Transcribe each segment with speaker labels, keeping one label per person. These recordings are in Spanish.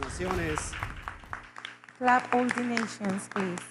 Speaker 1: naciones.
Speaker 2: Clap all the nations, please.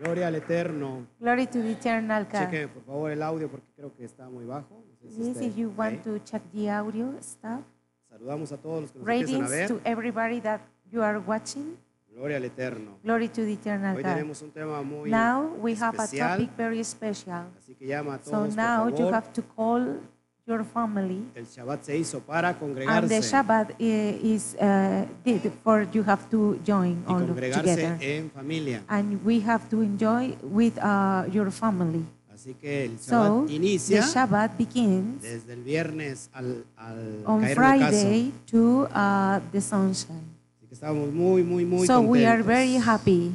Speaker 1: Gloria al Eterno.
Speaker 2: Glory to the eternal God.
Speaker 1: Chequen, por favor, el audio porque creo que está muy bajo. No sé si
Speaker 2: Please,
Speaker 1: está
Speaker 2: if you want
Speaker 1: ahí.
Speaker 2: to check the audio stuff,
Speaker 1: Saludamos a todos los que nos empiezan a
Speaker 2: ratings
Speaker 1: ver.
Speaker 2: to everybody that you are watching.
Speaker 1: Gloria al Eterno.
Speaker 2: Glory to the eternal
Speaker 1: Hoy
Speaker 2: God.
Speaker 1: tenemos un tema muy
Speaker 2: Now we have a topic
Speaker 1: especial,
Speaker 2: very special.
Speaker 1: así que llama a
Speaker 2: So
Speaker 1: todos,
Speaker 2: now
Speaker 1: por
Speaker 2: you
Speaker 1: favor.
Speaker 2: have to call your family,
Speaker 1: El Shabbat se hizo para
Speaker 2: and the
Speaker 1: congregarse
Speaker 2: Shabbat i- is uh, did for you have to join
Speaker 1: y
Speaker 2: all of
Speaker 1: congregarse
Speaker 2: together,
Speaker 1: en familia.
Speaker 2: and we have to enjoy with uh, your family.
Speaker 1: Así que el
Speaker 2: So
Speaker 1: Shabbat
Speaker 2: the
Speaker 1: inicia
Speaker 2: Shabbat begins
Speaker 1: desde el viernes al, al
Speaker 2: on
Speaker 1: caer del ocaso.
Speaker 2: Friday to uh, the sunshine.
Speaker 1: Así que estábamos muy, muy, muy
Speaker 2: So
Speaker 1: contentos.
Speaker 2: we are very happy.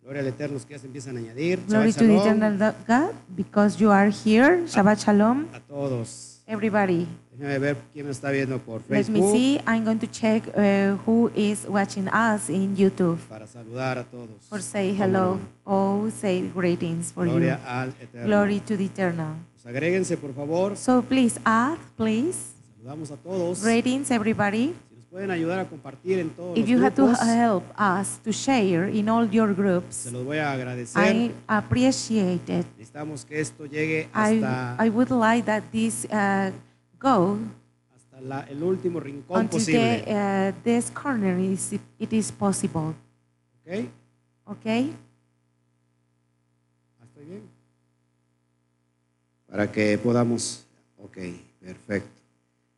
Speaker 1: Gloria al Eterno, los que ya se empiezan a añadir.
Speaker 2: Glory
Speaker 1: Shabbat
Speaker 2: to the
Speaker 1: shalom
Speaker 2: eternal God because you are here. Shabbat Shalom,
Speaker 1: a todos.
Speaker 2: everybody.
Speaker 1: Déjame ver quién nos está viendo por
Speaker 2: Let me
Speaker 1: Facebook
Speaker 2: see. I'm going to check uh, who is watching us in YouTube.
Speaker 1: para saludar a todos.
Speaker 2: Or say hello. Oh, say greetings for
Speaker 1: Gloria
Speaker 2: you.
Speaker 1: al Eterno.
Speaker 2: Glory to the eternal.
Speaker 1: Pues agréguense, por favor.
Speaker 2: So please add, please.
Speaker 1: Saludamos a todos.
Speaker 2: Greetings, everybody.
Speaker 1: Si nos pueden ayudar a compartir en todos los
Speaker 2: If you have to uh,
Speaker 1: grupos,
Speaker 2: help us to share in all your
Speaker 1: se
Speaker 2: groups,
Speaker 1: los voy a agradecer.
Speaker 2: I appreciate it.
Speaker 1: Necesitamos que esto llegue
Speaker 2: I,
Speaker 1: hasta,
Speaker 2: I would like that this uh, go
Speaker 1: hasta la- el último rincón
Speaker 2: until
Speaker 1: posible.
Speaker 2: the, uh, this corner is it is possible.
Speaker 1: ¿Ok?
Speaker 2: Okay?
Speaker 1: ¿Hasta ahí bien? Para que podamos. Ok, perfecto.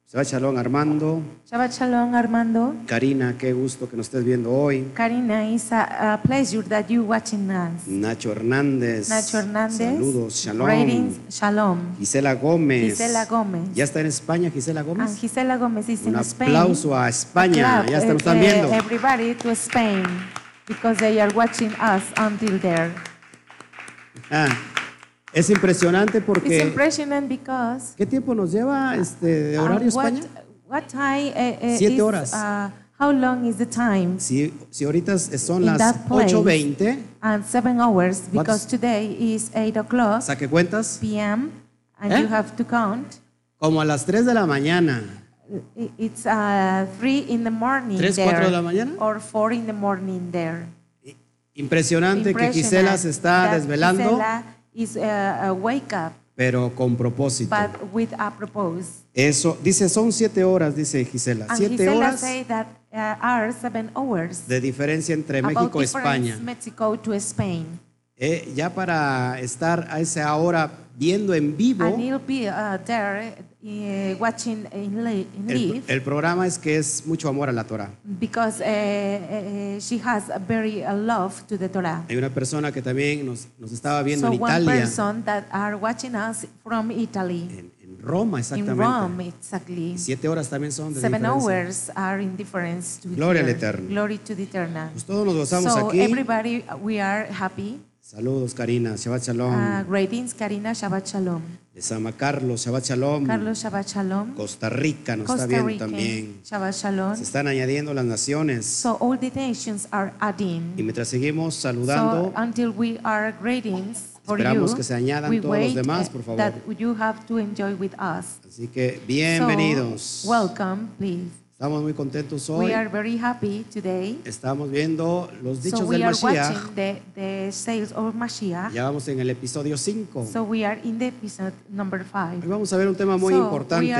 Speaker 1: Se va Shalom Armando.
Speaker 2: Shabbat Shalom, Armando.
Speaker 1: Karina, qué gusto que nos estés viendo hoy.
Speaker 2: Karina, it's a, a pleasure that you watching us.
Speaker 1: Nacho Hernández.
Speaker 2: Nacho Hernández.
Speaker 1: Saludos, Shalom.
Speaker 2: Greetings, Shalom.
Speaker 1: Gisela Gómez.
Speaker 2: Gisela Gómez. Ah,
Speaker 1: ¿Ya está en España, Gisela Gómez?
Speaker 2: And Gisela Gómez is
Speaker 1: Un
Speaker 2: in Spain.
Speaker 1: aplauso a España.
Speaker 2: Clap,
Speaker 1: ya se nos están
Speaker 2: eh,
Speaker 1: viendo.
Speaker 2: Everybody to Spain because they are watching us until there.
Speaker 1: Ah, es impresionante porque.
Speaker 2: It's impressionant because
Speaker 1: ¿Qué tiempo nos lleva este, de horario
Speaker 2: uh, what,
Speaker 1: España?
Speaker 2: what time eh, eh,
Speaker 1: Siete
Speaker 2: is,
Speaker 1: horas.
Speaker 2: uh, how long is the time?
Speaker 1: Si, si ahorita son
Speaker 2: In
Speaker 1: las
Speaker 2: that place.
Speaker 1: 8.20,
Speaker 2: And seven hours because
Speaker 1: What's-
Speaker 2: today is eight o'clock
Speaker 1: saque cuentas,
Speaker 2: p.m. and
Speaker 1: Eh?
Speaker 2: you have to count.
Speaker 1: como a las 3 de la mañana.
Speaker 2: I- It's uh, three in the morning
Speaker 1: Tres,
Speaker 2: there,
Speaker 1: cuatro de la mañana.
Speaker 2: or four in the morning there.
Speaker 1: I- Impresionante que Gisela se está
Speaker 2: that
Speaker 1: desvelando,
Speaker 2: Gisela is uh, a wake up,
Speaker 1: pero con propósito.
Speaker 2: but with a propose.
Speaker 1: Eso, dice, son 7 horas, dice Gisela.
Speaker 2: And
Speaker 1: 7
Speaker 2: Ah, Gisela
Speaker 1: horas
Speaker 2: say that uh, are seven hours.
Speaker 1: de diferencia entre México y
Speaker 2: about difference
Speaker 1: España.
Speaker 2: Mexico to Spain.
Speaker 1: Eh, ya para estar a esa hora viendo en
Speaker 2: And
Speaker 1: vivo,
Speaker 2: he'll be uh, there uh, watching in, li- in
Speaker 1: el,
Speaker 2: live
Speaker 1: el programa es que es mucho amor a la Torah.
Speaker 2: because uh, uh, she has a very uh, love to the Torah.
Speaker 1: Hay una persona que también nos, nos estaba viendo
Speaker 2: so
Speaker 1: en
Speaker 2: one
Speaker 1: Italia,
Speaker 2: person that are watching us from Italy,
Speaker 1: en, en Roma
Speaker 2: in
Speaker 1: exactamente.
Speaker 2: Rome exactly.
Speaker 1: Y siete horas también son de
Speaker 2: Seven
Speaker 1: diferencia.
Speaker 2: hours are in difference to
Speaker 1: Gloria al
Speaker 2: here.
Speaker 1: Eterno.
Speaker 2: Glory to the eternal.
Speaker 1: Pues todos nos gozamos
Speaker 2: so
Speaker 1: aquí.
Speaker 2: everybody, uh, we are happy.
Speaker 1: Saludos, Karina. Shabbat Shalom.
Speaker 2: Uh, greetings, Karina. Shabbat Shalom.
Speaker 1: De Sama Carlos. Shabbat Shalom.
Speaker 2: Carlos Shabbat Shalom.
Speaker 1: Costa Rica nos
Speaker 2: Costa
Speaker 1: está viendo
Speaker 2: Rican,
Speaker 1: también.
Speaker 2: Shabbat Shalom.
Speaker 1: Se están añadiendo las naciones.
Speaker 2: So all the nations are
Speaker 1: y
Speaker 2: adding.
Speaker 1: mientras seguimos
Speaker 2: So
Speaker 1: saludando,
Speaker 2: until we are greetings for
Speaker 1: Esperamos
Speaker 2: you,
Speaker 1: que se añadan
Speaker 2: we
Speaker 1: todos los
Speaker 2: wait
Speaker 1: demás,
Speaker 2: eh,
Speaker 1: por favor.
Speaker 2: that you have to enjoy with us.
Speaker 1: así que
Speaker 2: So,
Speaker 1: bienvenidos.
Speaker 2: welcome, please.
Speaker 1: Estamos muy contentos hoy.
Speaker 2: We are very happy today.
Speaker 1: Estamos viendo los dichos
Speaker 2: So
Speaker 1: del
Speaker 2: we are
Speaker 1: Mashiach.
Speaker 2: watching the, the sales of Mashiach.
Speaker 1: Ya vamos en el episodio 5.
Speaker 2: So we are in the episode number
Speaker 1: Hoy
Speaker 2: five.
Speaker 1: vamos a ver un tema muy
Speaker 2: so we are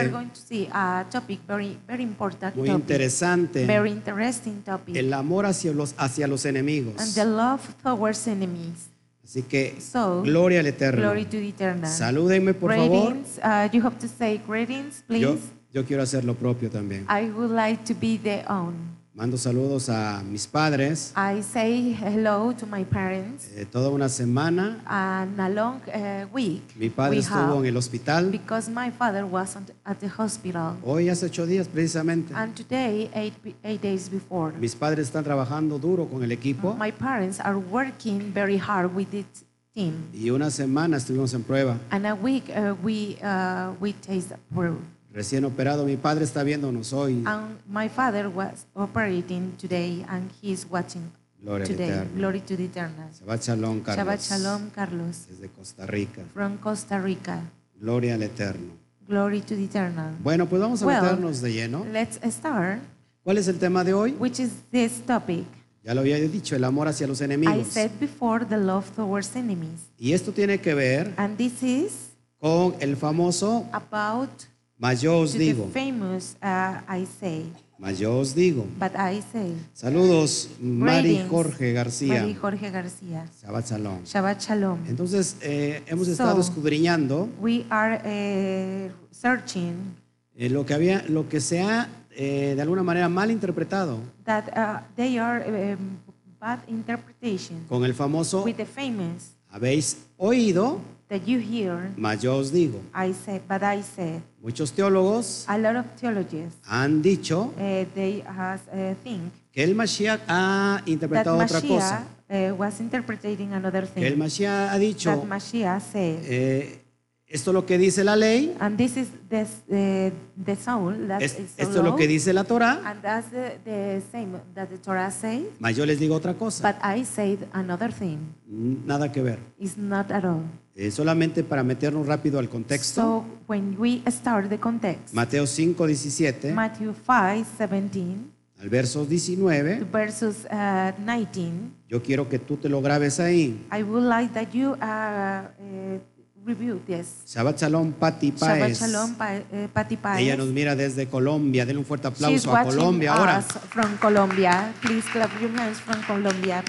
Speaker 1: importante,
Speaker 2: going to see a topic very, very important
Speaker 1: muy
Speaker 2: topic,
Speaker 1: interesante.
Speaker 2: very interesting topic,
Speaker 1: El amor hacia los, hacia los enemigos.
Speaker 2: and the love towards enemies.
Speaker 1: Así que,
Speaker 2: So,
Speaker 1: gloria al Eterno.
Speaker 2: Glory to the eternal.
Speaker 1: Salúdenme, por favor.
Speaker 2: Greetings, uh, you have to say greetings, please.
Speaker 1: Yo, yo quiero hacer lo propio también.
Speaker 2: I would like to be the own.
Speaker 1: Mando saludos a mis padres.
Speaker 2: I say hello to my parents.
Speaker 1: Eh, toda una semana
Speaker 2: And a long uh, week
Speaker 1: mi padre
Speaker 2: we
Speaker 1: estuvo en
Speaker 2: have
Speaker 1: el hospital.
Speaker 2: because my father was on, at the hospital.
Speaker 1: Hoy hace ocho días precisamente.
Speaker 2: And today, eight, eight days before,
Speaker 1: Mis padres están trabajando duro con el equipo
Speaker 2: my parents are working very hard with the team.
Speaker 1: y una semana estuvimos en prueba.
Speaker 2: And a week uh, we, uh, we taste proof.
Speaker 1: Recién operado, mi padre
Speaker 2: Ah.
Speaker 1: está viéndonos hoy.
Speaker 2: And my father was operating today and he's watching
Speaker 1: Gloria al
Speaker 2: today.
Speaker 1: Eterno.
Speaker 2: Glory to the eternal.
Speaker 1: Shabbat Shalom, Carlos.
Speaker 2: Shabbat Shalom, Carlos,
Speaker 1: Desde Costa Rica.
Speaker 2: from Costa Rica.
Speaker 1: Gloria al Eterno.
Speaker 2: Glory to the eternal.
Speaker 1: Bueno, pues vamos a
Speaker 2: Well,
Speaker 1: meternos de lleno.
Speaker 2: Let's start,
Speaker 1: ¿Cuál es el tema de hoy?
Speaker 2: which is this topic.
Speaker 1: Ya lo había dicho, el amor hacia los
Speaker 2: I
Speaker 1: enemigos.
Speaker 2: said before the love towards enemies.
Speaker 1: Y esto tiene que ver
Speaker 2: And this is
Speaker 1: con el famoso,
Speaker 2: about
Speaker 1: mas yo os
Speaker 2: to the
Speaker 1: digo,
Speaker 2: famous uh, I say,
Speaker 1: mas yo os digo.
Speaker 2: but I say.
Speaker 1: Saludos, Mari
Speaker 2: Greetings,
Speaker 1: Jorge García.
Speaker 2: Mari Jorge García.
Speaker 1: Shabbat Shalom.
Speaker 2: Shabbat Shalom.
Speaker 1: Entonces, eh, hemos
Speaker 2: So-
Speaker 1: estado escudriñando
Speaker 2: We are uh, searching
Speaker 1: eh, lo, que había, lo que se ha eh, de alguna manera mal interpretado
Speaker 2: that uh, they are um, bad interpretation
Speaker 1: con el famoso
Speaker 2: with the famous
Speaker 1: habéis oído,
Speaker 2: that you hear.
Speaker 1: mas yo os digo.
Speaker 2: I said, but I said.
Speaker 1: Muchos teólogos
Speaker 2: A lot of theologians
Speaker 1: han dicho
Speaker 2: uh, they has uh, think
Speaker 1: que el Mashiach ha
Speaker 2: that
Speaker 1: interpretado otra
Speaker 2: Mashiach
Speaker 1: cosa.
Speaker 2: uh, was interpreting another
Speaker 1: Que el
Speaker 2: thing.
Speaker 1: Mashiach ha dicho,
Speaker 2: That Mashiach said,
Speaker 1: eh, esto es lo que dice la ley,
Speaker 2: and this is the uh, the Ah. soul that
Speaker 1: es-
Speaker 2: is so
Speaker 1: esto es lo
Speaker 2: low,
Speaker 1: que dice la Torah,
Speaker 2: and that's the, the same that the Torah says.
Speaker 1: mas yo les digo otra cosa.
Speaker 2: But I said another thing.
Speaker 1: Nada que ver.
Speaker 2: It's not at all.
Speaker 1: Eh, solamente para meternos rápido al contexto,
Speaker 2: So when we start the context,
Speaker 1: Mateo 5, 17
Speaker 2: Matthew 5, 17
Speaker 1: al verso
Speaker 2: to
Speaker 1: 19,
Speaker 2: verses uh, 19,
Speaker 1: yo quiero que tú te lo grabes ahí.
Speaker 2: I would like that you uh, uh, review this.
Speaker 1: Shabbat Shalom, Patti
Speaker 2: Shabbat
Speaker 1: Páez.
Speaker 2: Shalom, Pa- eh, Pati
Speaker 1: Ella nos
Speaker 2: Páez.
Speaker 1: mira desde Colombia. Denle un fuerte
Speaker 2: She's
Speaker 1: aplauso a
Speaker 2: watching
Speaker 1: Colombia ahora.
Speaker 2: us from Colombia. Please clap your hands from Colombia.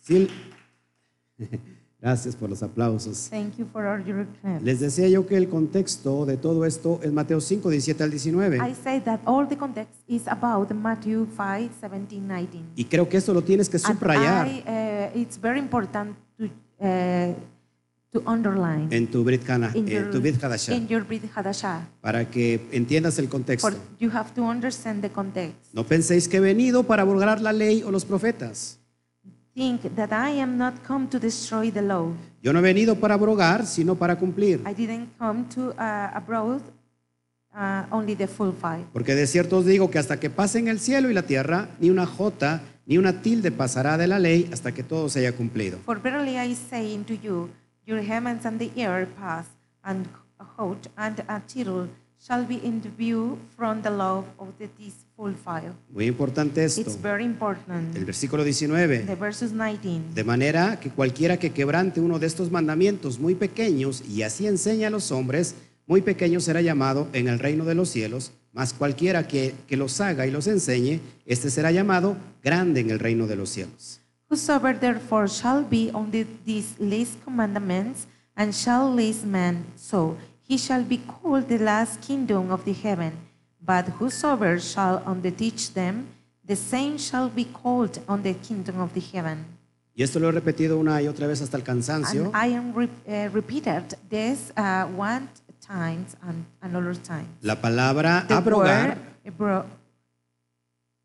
Speaker 1: Sil- Gracias por los aplausos.
Speaker 2: Thank you for all your help.
Speaker 1: Les decía yo que el contexto de todo esto es Mateo 5, 17 al 19.
Speaker 2: I say that all the context is about Matthew 5, 17, 19.
Speaker 1: Y creo que esto lo tienes que
Speaker 2: And
Speaker 1: subrayar
Speaker 2: I, uh, it's very important to, uh, to underline
Speaker 1: en tu Brit Cana, en tu Brit Hadashah,
Speaker 2: in your Brit Hadashah.
Speaker 1: para que entiendas el contexto.
Speaker 2: For you have to understand the context.
Speaker 1: No penséis que he venido para abrogar la ley o los profetas.
Speaker 2: Think that I am not come to destroy the law.
Speaker 1: Yo no he venido para abrogar, sino para cumplir.
Speaker 2: I didn't come to uh, abroad uh, only the full fight.
Speaker 1: Porque de cierto os digo que hasta que pasen el cielo y la tierra, ni una jota ni una tilde pasará de la ley hasta que todo se haya cumplido.
Speaker 2: For verily I say unto you, your heavens and the earth pass, and a hout and a tittle shall be in the view from the law of the, this full file.
Speaker 1: Muy importante esto.
Speaker 2: It's very important.
Speaker 1: El versículo
Speaker 2: The
Speaker 1: 19.
Speaker 2: verses 19.
Speaker 1: De manera que cualquiera que quebrante uno de estos mandamientos muy pequeños y así enseña a los hombres, muy pequeño será llamado en el reino de los cielos, mas cualquiera que, que los haga y los enseñe, este será llamado grande en el reino de los cielos.
Speaker 2: Whosoever therefore shall be on the, these least commandments and shall least man so, he shall be called the last kingdom of the heaven. But whosoever shall on the teach them, the same shall be called on the kingdom of the heaven.
Speaker 1: Y esto lo he repetido una y otra vez hasta el cansancio.
Speaker 2: And I am re- uh, repeated this uh, one time and another time.
Speaker 1: La palabra
Speaker 2: The
Speaker 1: abrogar,
Speaker 2: word, eh, abro-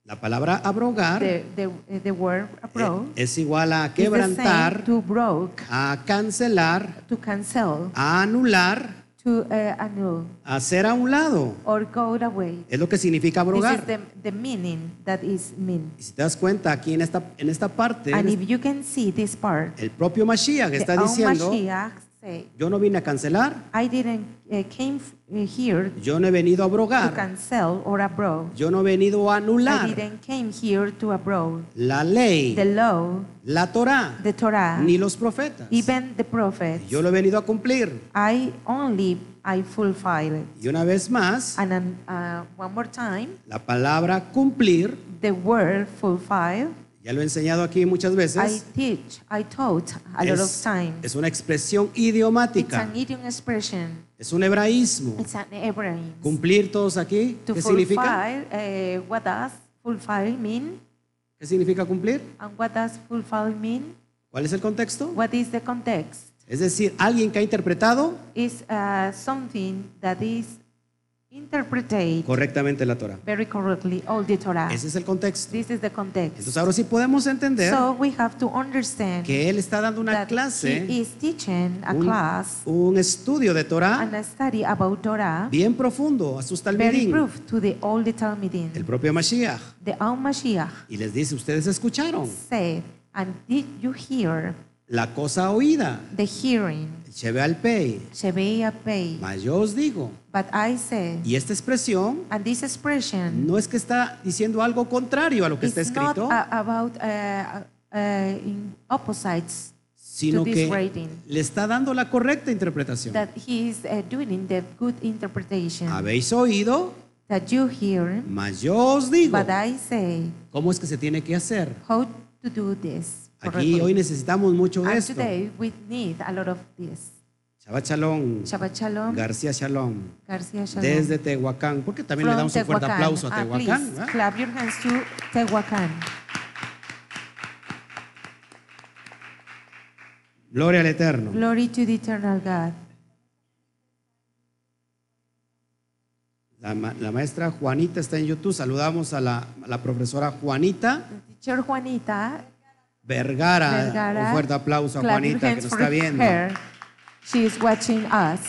Speaker 1: la palabra abrogar eh,
Speaker 2: the, the, uh, the word abroad
Speaker 1: es igual a
Speaker 2: is the same
Speaker 1: quebrantar,
Speaker 2: to broke,
Speaker 1: a cancelar,
Speaker 2: to cancel,
Speaker 1: a anular,
Speaker 2: to uh, annul.
Speaker 1: a hacer a un lado.
Speaker 2: or go away.
Speaker 1: Es lo que significa
Speaker 2: This is
Speaker 1: abrogar.
Speaker 2: the, the meaning that is mean.
Speaker 1: Y si te das cuenta, aquí en esta, en esta parte,
Speaker 2: And if you can see this part,
Speaker 1: el propio Mashiach
Speaker 2: the
Speaker 1: está
Speaker 2: own
Speaker 1: diciendo,
Speaker 2: Mashiach say,
Speaker 1: yo no vine a cancelar,
Speaker 2: I didn't uh, came f- uh, here
Speaker 1: yo no he venido a
Speaker 2: to
Speaker 1: abrogar,
Speaker 2: cancel or abroad.
Speaker 1: yo no he venido a
Speaker 2: I
Speaker 1: anular
Speaker 2: didn't came here to abroad.
Speaker 1: la ley,
Speaker 2: The law,
Speaker 1: la Torah,
Speaker 2: the Torah,
Speaker 1: ni los profetas.
Speaker 2: even the prophets,
Speaker 1: Yo lo he venido a cumplir.
Speaker 2: I only I fulfill it.
Speaker 1: Y una vez más,
Speaker 2: And then, uh, one more time,
Speaker 1: la palabra cumplir,
Speaker 2: the word fulfill,
Speaker 1: ya lo he enseñado aquí muchas
Speaker 2: I
Speaker 1: veces,
Speaker 2: teach, I taught a lot of
Speaker 1: es,
Speaker 2: times.
Speaker 1: es una expresión
Speaker 2: It's an
Speaker 1: idiomática,
Speaker 2: idiom expression.
Speaker 1: es un hebraísmo.
Speaker 2: It's an Abraham.
Speaker 1: Cumplir todos aquí,
Speaker 2: to
Speaker 1: ¿qué significa?
Speaker 2: fulfill, eh, what does fulfill mean?
Speaker 1: ¿Qué significa cumplir?
Speaker 2: And what does fulfill mean?
Speaker 1: ¿Cuál es el contexto?
Speaker 2: What is the context?
Speaker 1: Es decir, alguien que ha interpretado
Speaker 2: Is uh, something that is interpretate
Speaker 1: correctamente la Torah.
Speaker 2: very correctly all the Torah.
Speaker 1: Ese es el contexto.
Speaker 2: This is the context.
Speaker 1: Entonces ahora sí podemos entender
Speaker 2: So we have to understand
Speaker 1: que él está dando una
Speaker 2: that
Speaker 1: clase,
Speaker 2: he is teaching a
Speaker 1: un,
Speaker 2: class
Speaker 1: un estudio de Torah
Speaker 2: and a study about Torah
Speaker 1: bien profundo a sus
Speaker 2: very
Speaker 1: talmidim,
Speaker 2: proof to the all the
Speaker 1: el
Speaker 2: Talmudim.
Speaker 1: propio Mashiach,
Speaker 2: The Al Mashiach
Speaker 1: y les dice, ustedes escucharon
Speaker 2: said, and did you hear
Speaker 1: la cosa oída,
Speaker 2: the hearing?
Speaker 1: el Sheve al Pei,
Speaker 2: Shebeia pei.
Speaker 1: mas yo os digo,
Speaker 2: But I say,
Speaker 1: y esta expresión
Speaker 2: and this expression
Speaker 1: no es que está diciendo algo contrario a lo que está
Speaker 2: is not
Speaker 1: escrito,
Speaker 2: a- about uh, uh, in opposites
Speaker 1: sino
Speaker 2: to this
Speaker 1: que
Speaker 2: writing.
Speaker 1: le está dando la correcta interpretación.
Speaker 2: that he is uh, doing in the good interpretation
Speaker 1: Habéis oído,
Speaker 2: that you hear,
Speaker 1: mas yo os digo,
Speaker 2: but I say
Speaker 1: ¿cómo es que se tiene que hacer?
Speaker 2: how to do this.
Speaker 1: Aquí hoy
Speaker 2: correctly.
Speaker 1: necesitamos mucho de
Speaker 2: and
Speaker 1: esto.
Speaker 2: Ah, today we need a lot of this.
Speaker 1: Shabbat Shalom,
Speaker 2: Shabbat Shalom,
Speaker 1: García Shalom,
Speaker 2: Garcia Shalom.
Speaker 1: desde Tehuacán, porque también le
Speaker 2: from
Speaker 1: damos un fuerte
Speaker 2: Tehuacán.
Speaker 1: aplauso a
Speaker 2: Ah,
Speaker 1: Tehuacán.
Speaker 2: please,
Speaker 1: ¿verdad?
Speaker 2: clap your hands to Tehuacán.
Speaker 1: Gloria al Eterno.
Speaker 2: Glory to the eternal God.
Speaker 1: La, ma- la maestra Juanita está en YouTube. Saludamos a la, a la profesora Juanita
Speaker 2: Teacher Juanita
Speaker 1: Vergara.
Speaker 2: Vergara.
Speaker 1: Ah, Un fuerte aplauso a
Speaker 2: clap
Speaker 1: Juanita
Speaker 2: your
Speaker 1: que
Speaker 2: hands
Speaker 1: nos
Speaker 2: for
Speaker 1: está viendo.
Speaker 2: her. She is watching us.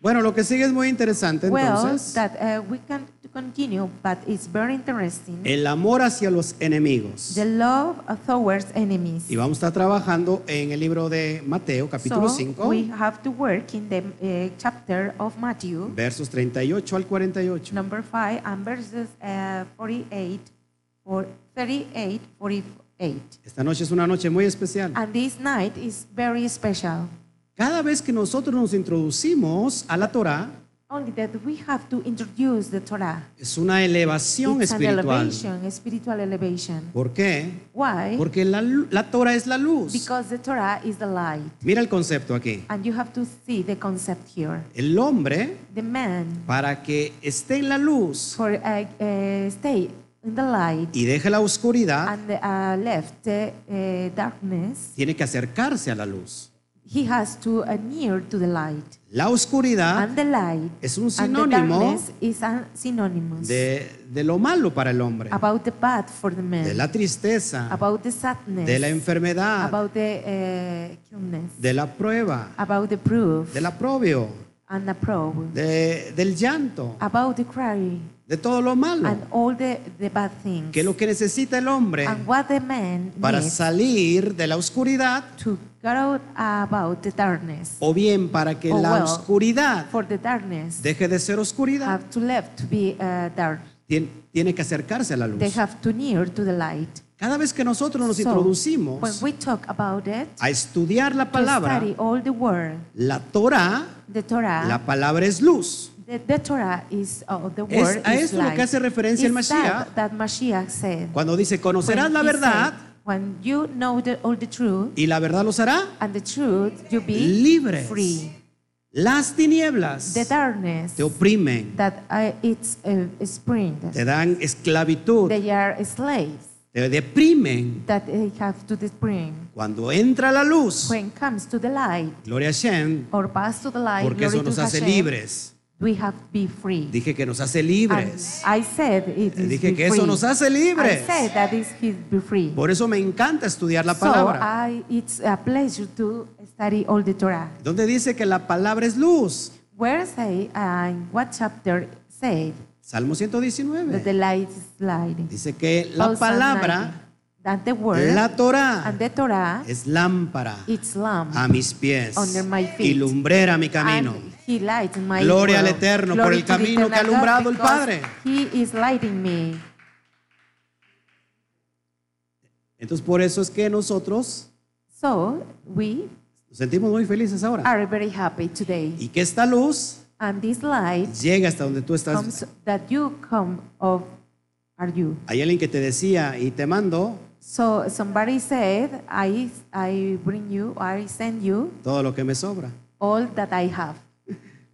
Speaker 1: Bueno, lo que sigue es muy interesante
Speaker 2: well,
Speaker 1: entonces.
Speaker 2: that uh, we can continue, but it's very interesting.
Speaker 1: el amor hacia los enemigos.
Speaker 2: The love towards enemies.
Speaker 1: Y vamos a estar trabajando en el libro de Mateo, capítulo
Speaker 2: so
Speaker 1: 5,
Speaker 2: we have to work in the uh, chapter of Matthew,
Speaker 1: versos 38 al 48.
Speaker 2: number 5, and verses uh, 48, or 38, 48.
Speaker 1: Esta noche es una noche muy especial.
Speaker 2: And this night is very special.
Speaker 1: Cada vez que nosotros nos introducimos a la Torah,
Speaker 2: Only that we have to introduce the Torah.
Speaker 1: es una elevación
Speaker 2: it's an
Speaker 1: espiritual.
Speaker 2: elevation, a spiritual elevation.
Speaker 1: ¿Por qué?
Speaker 2: Why?
Speaker 1: Porque la, lu- la Torah es la luz.
Speaker 2: Because the Torah is the light.
Speaker 1: Mira el concepto aquí.
Speaker 2: And you have to see the concept here.
Speaker 1: El hombre,
Speaker 2: The man,
Speaker 1: para que esté en la luz
Speaker 2: for uh, uh, stay in the light,
Speaker 1: y deje la oscuridad,
Speaker 2: and uh, left the uh, darkness,
Speaker 1: tiene que acercarse a la luz.
Speaker 2: he has to uh, near to the light.
Speaker 1: La oscuridad
Speaker 2: and the light
Speaker 1: Ah. es un
Speaker 2: and the
Speaker 1: sinónimo
Speaker 2: darkness is a synonymous
Speaker 1: de, de lo malo para el hombre,
Speaker 2: about the bad for
Speaker 1: de
Speaker 2: the man,
Speaker 1: la tristeza,
Speaker 2: about the sadness,
Speaker 1: de la enfermedad,
Speaker 2: about the uh, illness,
Speaker 1: de la prueba,
Speaker 2: about the proof
Speaker 1: del aprobio,
Speaker 2: and the probe,
Speaker 1: de- del llanto,
Speaker 2: about the crying
Speaker 1: de todo lo malo,
Speaker 2: and all the, the bad things.
Speaker 1: que es lo que necesita el hombre
Speaker 2: and what the man
Speaker 1: para
Speaker 2: needs
Speaker 1: salir de la oscuridad
Speaker 2: to get out about the darkness,
Speaker 1: o bien para que
Speaker 2: Oh,
Speaker 1: la
Speaker 2: well.
Speaker 1: oscuridad
Speaker 2: for the darkness
Speaker 1: deje de ser oscuridad,
Speaker 2: have to left to be uh, dark.
Speaker 1: tien- tiene que acercarse a la luz.
Speaker 2: They have to near to the light.
Speaker 1: Cada vez que nosotros nos
Speaker 2: So, when
Speaker 1: introducimos
Speaker 2: we talk about it,
Speaker 1: a estudiar la
Speaker 2: to
Speaker 1: palabra,
Speaker 2: study all the word,
Speaker 1: la Torah,
Speaker 2: the Torah,
Speaker 1: la palabra es luz.
Speaker 2: the, the Torah is uh, the
Speaker 1: Es-
Speaker 2: word
Speaker 1: a
Speaker 2: is
Speaker 1: esto lo que
Speaker 2: light.
Speaker 1: hace referencia el
Speaker 2: Is
Speaker 1: Mashiach.
Speaker 2: That, that Mashiach said.
Speaker 1: Cuando dice, conocerás
Speaker 2: when
Speaker 1: la
Speaker 2: he
Speaker 1: verdad
Speaker 2: said, when you know the, all the truth
Speaker 1: y la verdad los hará
Speaker 2: and the truth, you be
Speaker 1: libres.
Speaker 2: free.
Speaker 1: Las tinieblas
Speaker 2: The darkness
Speaker 1: te oprimen,
Speaker 2: that uh, it's uh, spring,
Speaker 1: te dan esclavitud,
Speaker 2: they are slaves
Speaker 1: te deprimen.
Speaker 2: that they have to the spring.
Speaker 1: Cuando entra la luz,
Speaker 2: When comes to the light
Speaker 1: gloria a Shem,
Speaker 2: or pass to the light,
Speaker 1: porque
Speaker 2: glory
Speaker 1: eso nos
Speaker 2: to
Speaker 1: hace
Speaker 2: Hashem,
Speaker 1: libres.
Speaker 2: we have to be free.
Speaker 1: Dije que nos hace
Speaker 2: And
Speaker 1: libres.
Speaker 2: I said it is
Speaker 1: Dije
Speaker 2: be
Speaker 1: que eso
Speaker 2: free.
Speaker 1: nos hace libres.
Speaker 2: I said that is his be free.
Speaker 1: Por eso me encanta estudiar la
Speaker 2: so ah.
Speaker 1: palabra.
Speaker 2: I, it's a pleasure to study all the Torah.
Speaker 1: Donde dice que la palabra es luz.
Speaker 2: Where say and what chapter said
Speaker 1: Salmo
Speaker 2: that the
Speaker 1: 119.
Speaker 2: light is lighting?
Speaker 1: Dice que la
Speaker 2: Psalm 90,
Speaker 1: palabra,
Speaker 2: that the word
Speaker 1: la Torah,
Speaker 2: and the Torah
Speaker 1: es lámpara
Speaker 2: it's lamp
Speaker 1: a mis pies
Speaker 2: Under my
Speaker 1: y
Speaker 2: feet.
Speaker 1: lumbrera a mi camino.
Speaker 2: and he lights my
Speaker 1: Gloria al
Speaker 2: world.
Speaker 1: Eterno por
Speaker 2: Glory
Speaker 1: el
Speaker 2: to the
Speaker 1: camino que ha
Speaker 2: eternal God
Speaker 1: alumbrado el
Speaker 2: because
Speaker 1: Padre.
Speaker 2: He is lighting me.
Speaker 1: Entonces por eso es que nosotros
Speaker 2: So we
Speaker 1: nos sentimos muy felices ahora.
Speaker 2: are very happy today.
Speaker 1: Y que esta luz
Speaker 2: And this light
Speaker 1: llega hasta donde tú
Speaker 2: comes
Speaker 1: estás.
Speaker 2: that you come of are you.
Speaker 1: Hay alguien que te decía y te mando
Speaker 2: So somebody said, I, I bring you, I send you
Speaker 1: todo lo que me sobra.
Speaker 2: all that I have.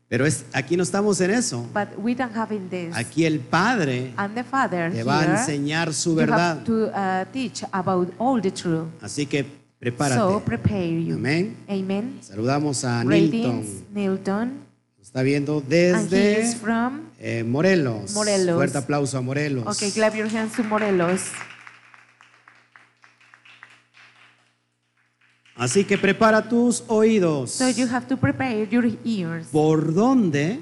Speaker 1: Pero es, aquí no estamos en eso.
Speaker 2: But we don't have in this.
Speaker 1: Aquí el Padre
Speaker 2: And the Father
Speaker 1: te
Speaker 2: here,
Speaker 1: va a enseñar su
Speaker 2: you
Speaker 1: verdad.
Speaker 2: have to uh, teach about all the truth.
Speaker 1: Así que Prepárate.
Speaker 2: So prepare you.
Speaker 1: Amén.
Speaker 2: Amen.
Speaker 1: Saludamos a Nilton.
Speaker 2: Greetings, Nilton.
Speaker 1: Nos está viendo
Speaker 2: And he is
Speaker 1: desde
Speaker 2: from.
Speaker 1: eh, Morelos.
Speaker 2: Morelos.
Speaker 1: Fuerte aplauso a Morelos.
Speaker 2: Okay, clap your hands to Morelos.
Speaker 1: Así que prepara tus oídos.
Speaker 2: So you have to prepare your ears.
Speaker 1: ¿Por dónde?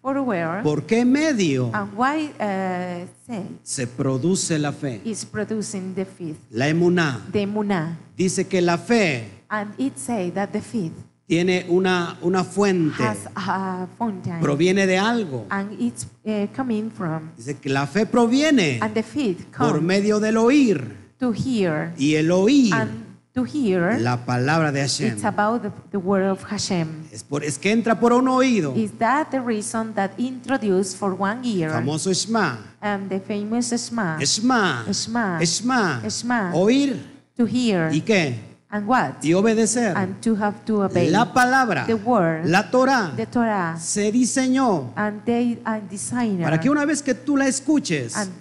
Speaker 2: For where
Speaker 1: ¿Por qué medio
Speaker 2: and why uh, say
Speaker 1: se produce la fe?
Speaker 2: is producing the fifth,
Speaker 1: La emuná
Speaker 2: the munah.
Speaker 1: dice que la fe
Speaker 2: And it say that the fifth
Speaker 1: tiene una, una fuente,
Speaker 2: has a fountain
Speaker 1: proviene de algo.
Speaker 2: and it's uh, coming from.
Speaker 1: Dice que la fe proviene
Speaker 2: And the fifth
Speaker 1: por
Speaker 2: comes
Speaker 1: medio del oír
Speaker 2: to hear
Speaker 1: y el oír
Speaker 2: and to hear.
Speaker 1: la palabra de Hashem.
Speaker 2: It's about the, the word of Hashem.
Speaker 1: Es, por- es que entra por un oído,
Speaker 2: Is that the reason that introduced for one year
Speaker 1: famoso Shema.
Speaker 2: um, the famous Shema
Speaker 1: Shema,
Speaker 2: Ah. Shema.
Speaker 1: Shema,
Speaker 2: Shema.
Speaker 1: oír
Speaker 2: to hear
Speaker 1: y qué?
Speaker 2: and what
Speaker 1: Y obedecer.
Speaker 2: and to have to obey
Speaker 1: La palabra,
Speaker 2: The word.
Speaker 1: la Torah,
Speaker 2: the Torah
Speaker 1: se diseñó
Speaker 2: and they are designer
Speaker 1: para que una vez que tú la escuches,
Speaker 2: and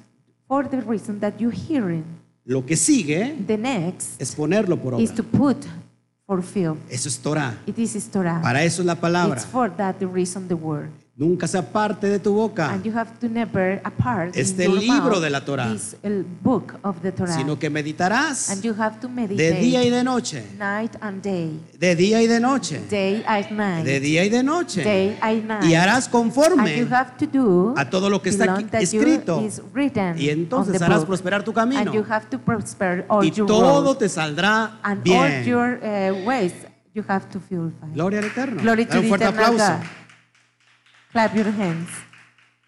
Speaker 2: for the reason that you hearing
Speaker 1: lo que sigue
Speaker 2: the next
Speaker 1: es ponerlo por
Speaker 2: is
Speaker 1: obra.
Speaker 2: to put fulfill
Speaker 1: Eso es Torah.
Speaker 2: it is Torah
Speaker 1: Para eso es la palabra.
Speaker 2: it's for that the reason the word
Speaker 1: Nunca se aparte de tu boca,
Speaker 2: and you have to never apart in
Speaker 1: Este
Speaker 2: your
Speaker 1: Ah. libro
Speaker 2: mouth
Speaker 1: de la Torah.
Speaker 2: this el book of the Torah
Speaker 1: sino que meditarás
Speaker 2: and you have to meditate
Speaker 1: de día y de noche.
Speaker 2: night and day,
Speaker 1: De día y de noche.
Speaker 2: day and night,
Speaker 1: De día y de noche.
Speaker 2: day and night.
Speaker 1: Y harás
Speaker 2: and you
Speaker 1: conforme.
Speaker 2: have to do
Speaker 1: a todo lo que
Speaker 2: the
Speaker 1: está
Speaker 2: law
Speaker 1: aquí
Speaker 2: that you-
Speaker 1: escrito.
Speaker 2: is written
Speaker 1: Y entonces
Speaker 2: on the
Speaker 1: harás
Speaker 2: book.
Speaker 1: prosperar tu
Speaker 2: And you
Speaker 1: camino.
Speaker 2: have to prosper all
Speaker 1: Y
Speaker 2: your
Speaker 1: todo
Speaker 2: roads.
Speaker 1: te saldrá
Speaker 2: and all
Speaker 1: bien.
Speaker 2: your uh, ways you have to fulfill.
Speaker 1: Gloria al Eterno.
Speaker 2: Glory
Speaker 1: Dale
Speaker 2: to
Speaker 1: un
Speaker 2: the
Speaker 1: fuerte
Speaker 2: eternal
Speaker 1: aplauso.
Speaker 2: God. Clap your hands.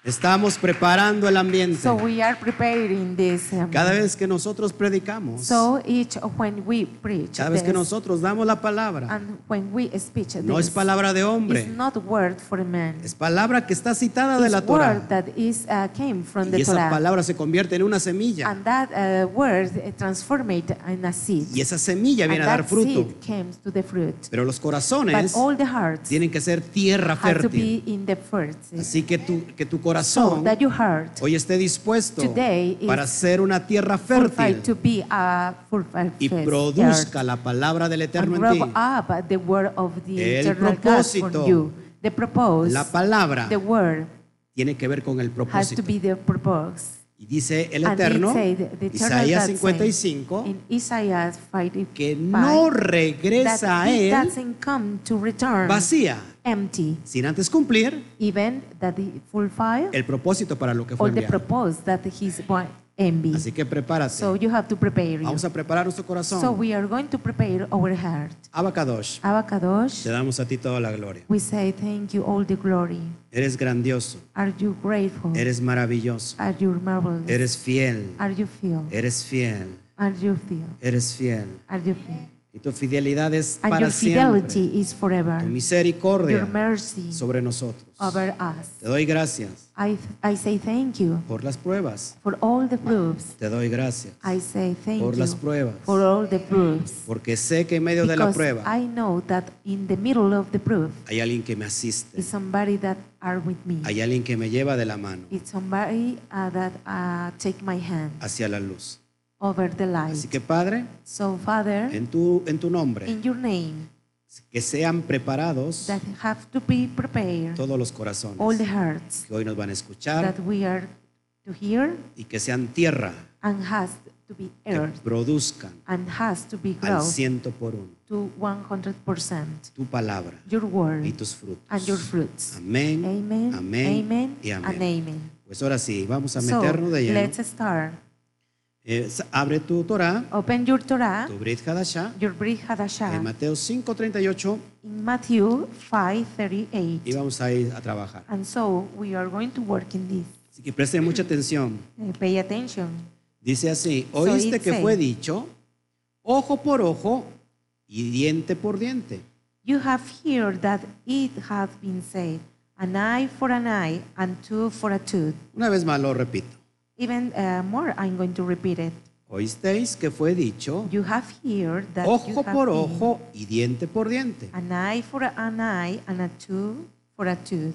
Speaker 1: Estamos preparando el ambiente.
Speaker 2: So we are preparing this. um,
Speaker 1: Cada vez que nosotros predicamos,
Speaker 2: so each when we preach
Speaker 1: cada vez que
Speaker 2: this,
Speaker 1: nosotros damos la palabra,
Speaker 2: and when we speak
Speaker 1: no
Speaker 2: this,
Speaker 1: es palabra de
Speaker 2: it's
Speaker 1: hombre,
Speaker 2: not word for a man.
Speaker 1: es palabra que está citada de la
Speaker 2: This word
Speaker 1: Torah.
Speaker 2: that is uh, came from the
Speaker 1: Y esa
Speaker 2: Torah,
Speaker 1: palabra se convierte en una semilla.
Speaker 2: and that uh, word uh, transformed in a seed,
Speaker 1: Y esa semilla
Speaker 2: and
Speaker 1: viene a dar
Speaker 2: that
Speaker 1: fruto.
Speaker 2: seed came to the fruit.
Speaker 1: Pero los
Speaker 2: But
Speaker 1: corazones
Speaker 2: all the hearts
Speaker 1: tienen que ser tierra
Speaker 2: have to
Speaker 1: fértil.
Speaker 2: be in the first,
Speaker 1: Así que tu, que tu
Speaker 2: so
Speaker 1: corazón
Speaker 2: that your heart
Speaker 1: hoy esté dispuesto
Speaker 2: Today is
Speaker 1: para ser una tierra
Speaker 2: qualified
Speaker 1: fértil
Speaker 2: to be a fruitful
Speaker 1: y
Speaker 2: first
Speaker 1: produzca
Speaker 2: earth,
Speaker 1: la palabra del
Speaker 2: and
Speaker 1: Eterno en
Speaker 2: grow
Speaker 1: ti.
Speaker 2: up the word of the
Speaker 1: El
Speaker 2: eternal God for
Speaker 1: propósito.
Speaker 2: you. The propose,
Speaker 1: La palabra
Speaker 2: the word
Speaker 1: tiene que ver con el
Speaker 2: has to
Speaker 1: propósito.
Speaker 2: be the propose.
Speaker 1: Y dice el
Speaker 2: And it
Speaker 1: Eterno,
Speaker 2: said, the eternal
Speaker 1: Isaías
Speaker 2: God said
Speaker 1: 55,
Speaker 2: in Isaiah 55,
Speaker 1: que no regresa
Speaker 2: that
Speaker 1: a
Speaker 2: he
Speaker 1: Él
Speaker 2: doesn't come to return
Speaker 1: vacía,
Speaker 2: empty,
Speaker 1: sin antes cumplir
Speaker 2: even that he fulfill
Speaker 1: el propósito para lo que fue
Speaker 2: all the
Speaker 1: enviado.
Speaker 2: purpose that he's born envy.
Speaker 1: Así que prepárate.
Speaker 2: So you have to prepare you.
Speaker 1: Vamos a preparar nuestro
Speaker 2: So
Speaker 1: corazón.
Speaker 2: we are going to prepare our heart.
Speaker 1: Abacadosh, te
Speaker 2: Abacadosh,
Speaker 1: damos a ti toda la gloria.
Speaker 2: we say thank you all the glory.
Speaker 1: Eres grandioso,
Speaker 2: Are you grateful?
Speaker 1: eres maravilloso,
Speaker 2: Are you marvelous?
Speaker 1: eres fiel,
Speaker 2: Are you filled?
Speaker 1: eres fiel,
Speaker 2: Are you filled?
Speaker 1: eres fiel.
Speaker 2: Are you filled?
Speaker 1: Y tu fidelidad es
Speaker 2: And
Speaker 1: para
Speaker 2: your fidelity
Speaker 1: siempre.
Speaker 2: is forever.
Speaker 1: Tu
Speaker 2: Your
Speaker 1: misericordia
Speaker 2: mercy
Speaker 1: sobre nosotros.
Speaker 2: over us.
Speaker 1: Te doy gracias
Speaker 2: I, I say thank you
Speaker 1: por las pruebas.
Speaker 2: for all the proofs
Speaker 1: Te doy gracias
Speaker 2: I say thank
Speaker 1: por
Speaker 2: you
Speaker 1: las pruebas.
Speaker 2: for all the proofs.
Speaker 1: Porque sé que en medio de la
Speaker 2: Because
Speaker 1: prueba
Speaker 2: I know that in the middle of the proof
Speaker 1: hay alguien que me asiste.
Speaker 2: is somebody that are with me.
Speaker 1: Hay alguien que me lleva de la mano
Speaker 2: It's somebody uh, that uh, take my hand
Speaker 1: hacia la luz.
Speaker 2: over the light.
Speaker 1: Así que Padre,
Speaker 2: So Father,
Speaker 1: en tu, en tu nombre,
Speaker 2: in your name,
Speaker 1: que sean preparados
Speaker 2: that have to be prepared
Speaker 1: todos Ah. los
Speaker 2: all the
Speaker 1: corazones
Speaker 2: hearts
Speaker 1: que hoy nos van a escuchar
Speaker 2: that we are to hear
Speaker 1: y que sean tierra
Speaker 2: and has to be
Speaker 1: que
Speaker 2: earth
Speaker 1: produzcan
Speaker 2: and has to be
Speaker 1: al
Speaker 2: growth
Speaker 1: ciento por uno
Speaker 2: to 100%.
Speaker 1: tu palabra
Speaker 2: Your word
Speaker 1: y tus frutos.
Speaker 2: and your fruits.
Speaker 1: Amén,
Speaker 2: Amen,
Speaker 1: amén,
Speaker 2: amen,
Speaker 1: y
Speaker 2: and
Speaker 1: amén.
Speaker 2: amen.
Speaker 1: Pues ahora sí, vamos a
Speaker 2: So,
Speaker 1: meternos de lleno.
Speaker 2: let's start.
Speaker 1: Eh, sa- abre tu Torah,
Speaker 2: Open your Torah,
Speaker 1: tu Brit Hadashah,
Speaker 2: your Brit Hadashah,
Speaker 1: en Mateo 5:38
Speaker 2: in Matthew
Speaker 1: y
Speaker 2: 5:38.
Speaker 1: vamos a ir a trabajar.
Speaker 2: And so we are going to work in this.
Speaker 1: Así que presten mucha atención.
Speaker 2: Eh, pay attention.
Speaker 1: Dice así,
Speaker 2: So
Speaker 1: oíste
Speaker 2: it
Speaker 1: que
Speaker 2: say-
Speaker 1: fue dicho, ojo por ojo y diente por diente.
Speaker 2: You have heard that it hath been said, an eye for an eye and tooth for a tooth.
Speaker 1: Una vez más lo repito.
Speaker 2: Even uh, more, I'm going to repeat it.
Speaker 1: Oísteis que fue dicho,
Speaker 2: You have heard that you
Speaker 1: ojo
Speaker 2: have
Speaker 1: por
Speaker 2: been
Speaker 1: ojo y diente por diente.
Speaker 2: an eye for an eye and a tooth for a tooth.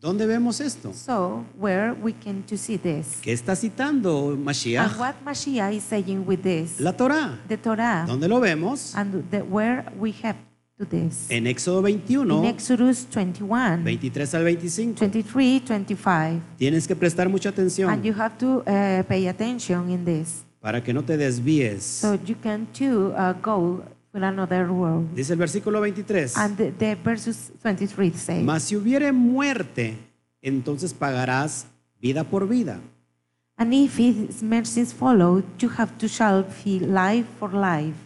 Speaker 1: ¿Dónde vemos esto?
Speaker 2: So, where we can to see this?
Speaker 1: ¿Qué está citando
Speaker 2: And
Speaker 1: Mashiach?
Speaker 2: what Mashiach is saying with this?
Speaker 1: La Torá.
Speaker 2: The Torah.
Speaker 1: ¿Dónde lo vemos?
Speaker 2: And the, where we have to this?
Speaker 1: En Éxodo
Speaker 2: In
Speaker 1: 21,
Speaker 2: Exodus 21,
Speaker 1: 23 al 25.
Speaker 2: 23, 25.
Speaker 1: Tienes que prestar mucha
Speaker 2: And
Speaker 1: atención
Speaker 2: you have to uh, pay attention in this.
Speaker 1: para que no te desvíes.
Speaker 2: So you can too uh, go with another world.
Speaker 1: Dice el versículo 23.
Speaker 2: And the, the verses 23 say,
Speaker 1: Mas si hubiere muerte, entonces pagarás vida por vida.
Speaker 2: And if his mercies follow, you have to shall be life for life.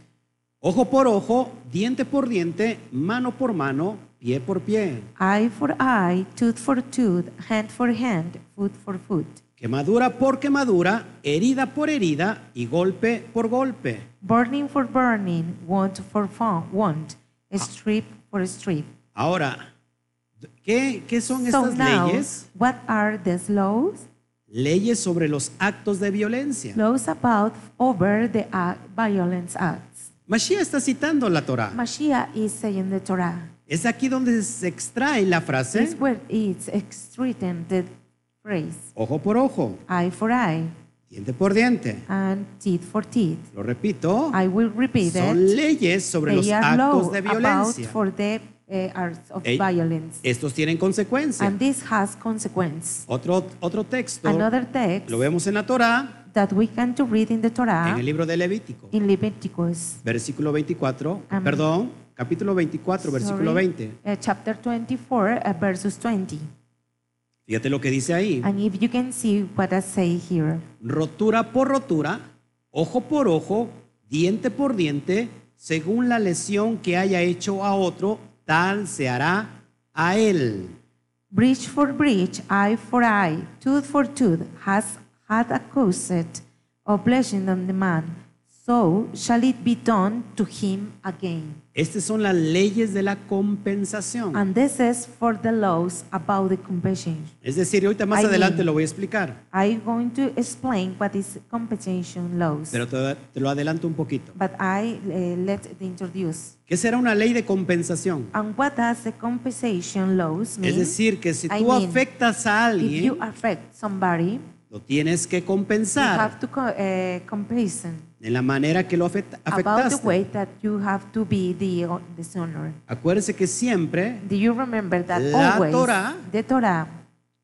Speaker 1: Ojo por ojo, diente por diente, mano por mano, pie por pie.
Speaker 2: Eye for eye, tooth for tooth, hand for hand, foot for foot.
Speaker 1: Quemadura por quemadura, herida por herida y golpe por golpe.
Speaker 2: Burning for burning, wound for fo- wound, strip for strip.
Speaker 1: Ahora, ¿qué, qué son
Speaker 2: so
Speaker 1: estas
Speaker 2: now,
Speaker 1: leyes?
Speaker 2: what are these laws?
Speaker 1: Leyes sobre los actos de violencia.
Speaker 2: Laws about over the act, violence acts.
Speaker 1: Mashiach está citando la Torah.
Speaker 2: Mashiach is saying the Torah.
Speaker 1: Es aquí donde se extrae la
Speaker 2: This
Speaker 1: frase
Speaker 2: word is ex- written the phrase
Speaker 1: ojo por ojo,
Speaker 2: eye for eye
Speaker 1: diente por diente.
Speaker 2: and teeth for teeth.
Speaker 1: Lo repito,
Speaker 2: I will repeat
Speaker 1: son
Speaker 2: it.
Speaker 1: leyes sobre los
Speaker 2: They are
Speaker 1: actos
Speaker 2: law
Speaker 1: de
Speaker 2: about
Speaker 1: violencia.
Speaker 2: for the uh, acts of
Speaker 1: Ey-
Speaker 2: violence,
Speaker 1: Estos tienen consecuencia.
Speaker 2: and this has consequence.
Speaker 1: Otro, otro texto
Speaker 2: Another text
Speaker 1: lo vemos en la Torá,
Speaker 2: that we can to read in the
Speaker 1: en
Speaker 2: Torah
Speaker 1: el libro de Levítico,
Speaker 2: in Leviticus,
Speaker 1: versículo 24,
Speaker 2: Amén.
Speaker 1: perdón, capítulo 24, versículo
Speaker 2: sorry,
Speaker 1: 20.
Speaker 2: uh, chapter 24, uh, verses 20.
Speaker 1: Fíjate lo que dice ahí.
Speaker 2: And if you can see what I say here.
Speaker 1: Rotura por rotura, ojo por ojo, diente por diente, según la lesión que haya hecho a otro, tal se hará a él.
Speaker 2: Breach for breach, eye for eye, tooth for tooth, has had accursed oblation on the man, so shall it be done to him again.
Speaker 1: Estas son las leyes de la compensación.
Speaker 2: And this is for the laws about the compensation.
Speaker 1: Es decir, ahorita más
Speaker 2: I mean-
Speaker 1: adelante lo voy a explicar,
Speaker 2: I'm going to explain what is compensation laws,
Speaker 1: pero te, te lo adelanto un poquito.
Speaker 2: but I uh, let it introduce.
Speaker 1: ¿Qué será una ley de compensación?
Speaker 2: And what does the compensation laws mean?
Speaker 1: Es decir, que si
Speaker 2: I
Speaker 1: tú
Speaker 2: mean,
Speaker 1: afectas a
Speaker 2: if you
Speaker 1: alguien,
Speaker 2: affect somebody,
Speaker 1: lo tienes que
Speaker 2: you
Speaker 1: compensar
Speaker 2: have to co- uh, compensate.
Speaker 1: en la manera que lo afect-
Speaker 2: about the way
Speaker 1: afectaste.
Speaker 2: that you have to be the dishonor.
Speaker 1: Acuérdese que siempre,
Speaker 2: Do you remember that
Speaker 1: La
Speaker 2: always
Speaker 1: Torah
Speaker 2: the Torah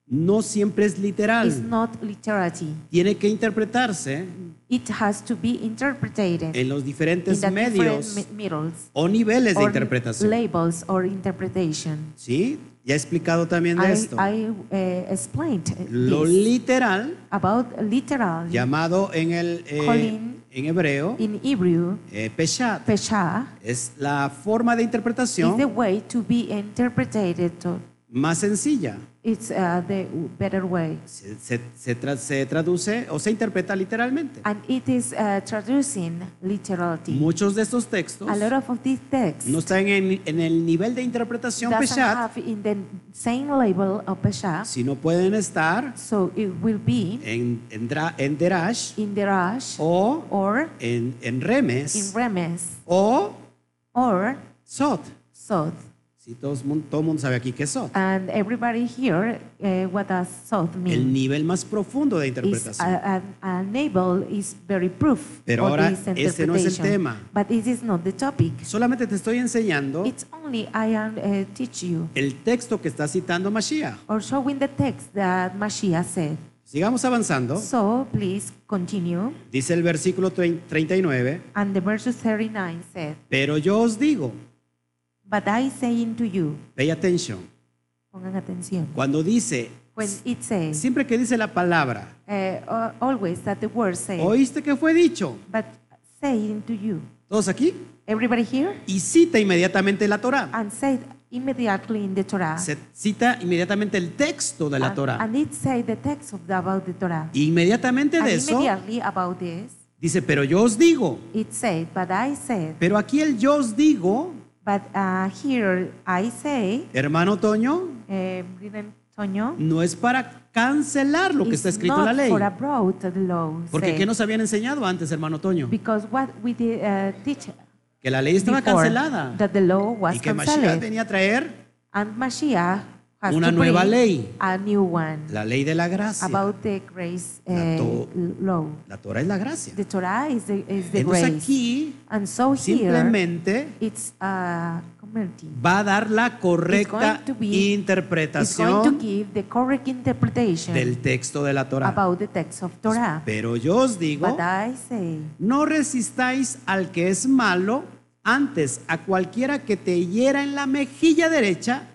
Speaker 1: no siempre es
Speaker 2: is
Speaker 1: literal.
Speaker 2: not literality?
Speaker 1: Tiene que interpretarse
Speaker 2: It has to be interpreted
Speaker 1: en los
Speaker 2: in
Speaker 1: diferentes
Speaker 2: the
Speaker 1: medios
Speaker 2: different mi- middles
Speaker 1: o niveles de
Speaker 2: or
Speaker 1: interpretación.
Speaker 2: labels or interpretation.
Speaker 1: ¿Sí? Ya he explicado también de
Speaker 2: I,
Speaker 1: esto.
Speaker 2: I uh, explained
Speaker 1: Lo
Speaker 2: this
Speaker 1: literal,
Speaker 2: about literal
Speaker 1: llamado en el eh,
Speaker 2: Colin.
Speaker 1: en hebreo
Speaker 2: in Hebrew.
Speaker 1: eh, peshat,
Speaker 2: Pesha
Speaker 1: es la forma de
Speaker 2: is the
Speaker 1: interpretación
Speaker 2: way to be interpreted. To,
Speaker 1: más sencilla.
Speaker 2: it's uh, the better way.
Speaker 1: se, se- se tra- se traduce o se interpreta literalmente.
Speaker 2: And it is uh, traducing literality.
Speaker 1: Muchos de estos textos
Speaker 2: A lot of, of these texts
Speaker 1: no están en, en el nivel de interpretación
Speaker 2: doesn't
Speaker 1: Peshat,
Speaker 2: have in the same label of Peshat,
Speaker 1: sino pueden estar
Speaker 2: so it will be
Speaker 1: en, en, dra- en Derash
Speaker 2: in the Rash
Speaker 1: o
Speaker 2: or
Speaker 1: en, en
Speaker 2: in
Speaker 1: Remes
Speaker 2: Remes
Speaker 1: o
Speaker 2: or
Speaker 1: Sot.
Speaker 2: Sod.
Speaker 1: Si todo el mundo, todo el mundo sabe aquí que es Sot.
Speaker 2: And everybody here, uh, what does Sod
Speaker 1: El
Speaker 2: mean?
Speaker 1: nivel más profundo de
Speaker 2: Is
Speaker 1: interpretación.
Speaker 2: a, a, a label is very proof
Speaker 1: Pero
Speaker 2: of
Speaker 1: ahora,
Speaker 2: this
Speaker 1: ese no es el
Speaker 2: interpretation.
Speaker 1: tema.
Speaker 2: But it is not the topic.
Speaker 1: Solamente te estoy enseñando
Speaker 2: It's only I am uh, teach you
Speaker 1: el texto que está citando Mashiach.
Speaker 2: or showing the text that Mashiach said.
Speaker 1: Sigamos avanzando.
Speaker 2: So please continue.
Speaker 1: Dice el versículo trein- 39.
Speaker 2: And the verse 39 said,
Speaker 1: Pero yo os digo,
Speaker 2: But I say unto you,
Speaker 1: pay attention.
Speaker 2: pongan atención.
Speaker 1: Cuando dice,
Speaker 2: When it says,
Speaker 1: siempre que dice la palabra,
Speaker 2: eh, uh, always that the word says,
Speaker 1: oíste que fue dicho,
Speaker 2: but say unto you.
Speaker 1: todos aquí,
Speaker 2: Everybody here?
Speaker 1: y cita inmediatamente la Torah.
Speaker 2: And said immediately in the Torah.
Speaker 1: Se cita inmediatamente el texto de la
Speaker 2: And-
Speaker 1: Torah.
Speaker 2: And, it said the text of the, about the Torah.
Speaker 1: Inmediatamente
Speaker 2: And
Speaker 1: de eso,
Speaker 2: immediately about this,
Speaker 1: dice, pero yo os digo.
Speaker 2: it said, but I said,
Speaker 1: Pero aquí el yo os digo,
Speaker 2: but uh, here I say,
Speaker 1: hermano Toño,
Speaker 2: eh, reading Toño,
Speaker 1: no es para cancelar lo que
Speaker 2: "is
Speaker 1: está escrito en
Speaker 2: not
Speaker 1: la ley.
Speaker 2: for abroad the law.
Speaker 1: Porque
Speaker 2: said.
Speaker 1: ¿qué nos habían enseñado antes, hermano Toño?
Speaker 2: Because what we did, uh, teach
Speaker 1: Que la ley estaba
Speaker 2: before,
Speaker 1: cancelada
Speaker 2: that the law was
Speaker 1: y que Mashiach
Speaker 2: canceled.
Speaker 1: venía a traer
Speaker 2: And Mashiach has
Speaker 1: Una
Speaker 2: to
Speaker 1: nueva
Speaker 2: bring
Speaker 1: ley.
Speaker 2: A new one
Speaker 1: La ley de la gracia.
Speaker 2: about the grace
Speaker 1: La
Speaker 2: eh,
Speaker 1: to-
Speaker 2: law.
Speaker 1: La Torah es la gracia.
Speaker 2: The Torah is the, is the
Speaker 1: Entonces
Speaker 2: grace.
Speaker 1: aquí
Speaker 2: and so here,
Speaker 1: simplemente
Speaker 2: it's uh, a community.
Speaker 1: va a dar la correcta
Speaker 2: going to be- It's going to
Speaker 1: interpretación
Speaker 2: give the correct interpretation
Speaker 1: del texto de la Torah.
Speaker 2: about the text of Torah.
Speaker 1: Pero yo os digo,
Speaker 2: But I say,
Speaker 1: no resistáis al que es malo, antes a cualquiera que te hiera en la mejilla derecha,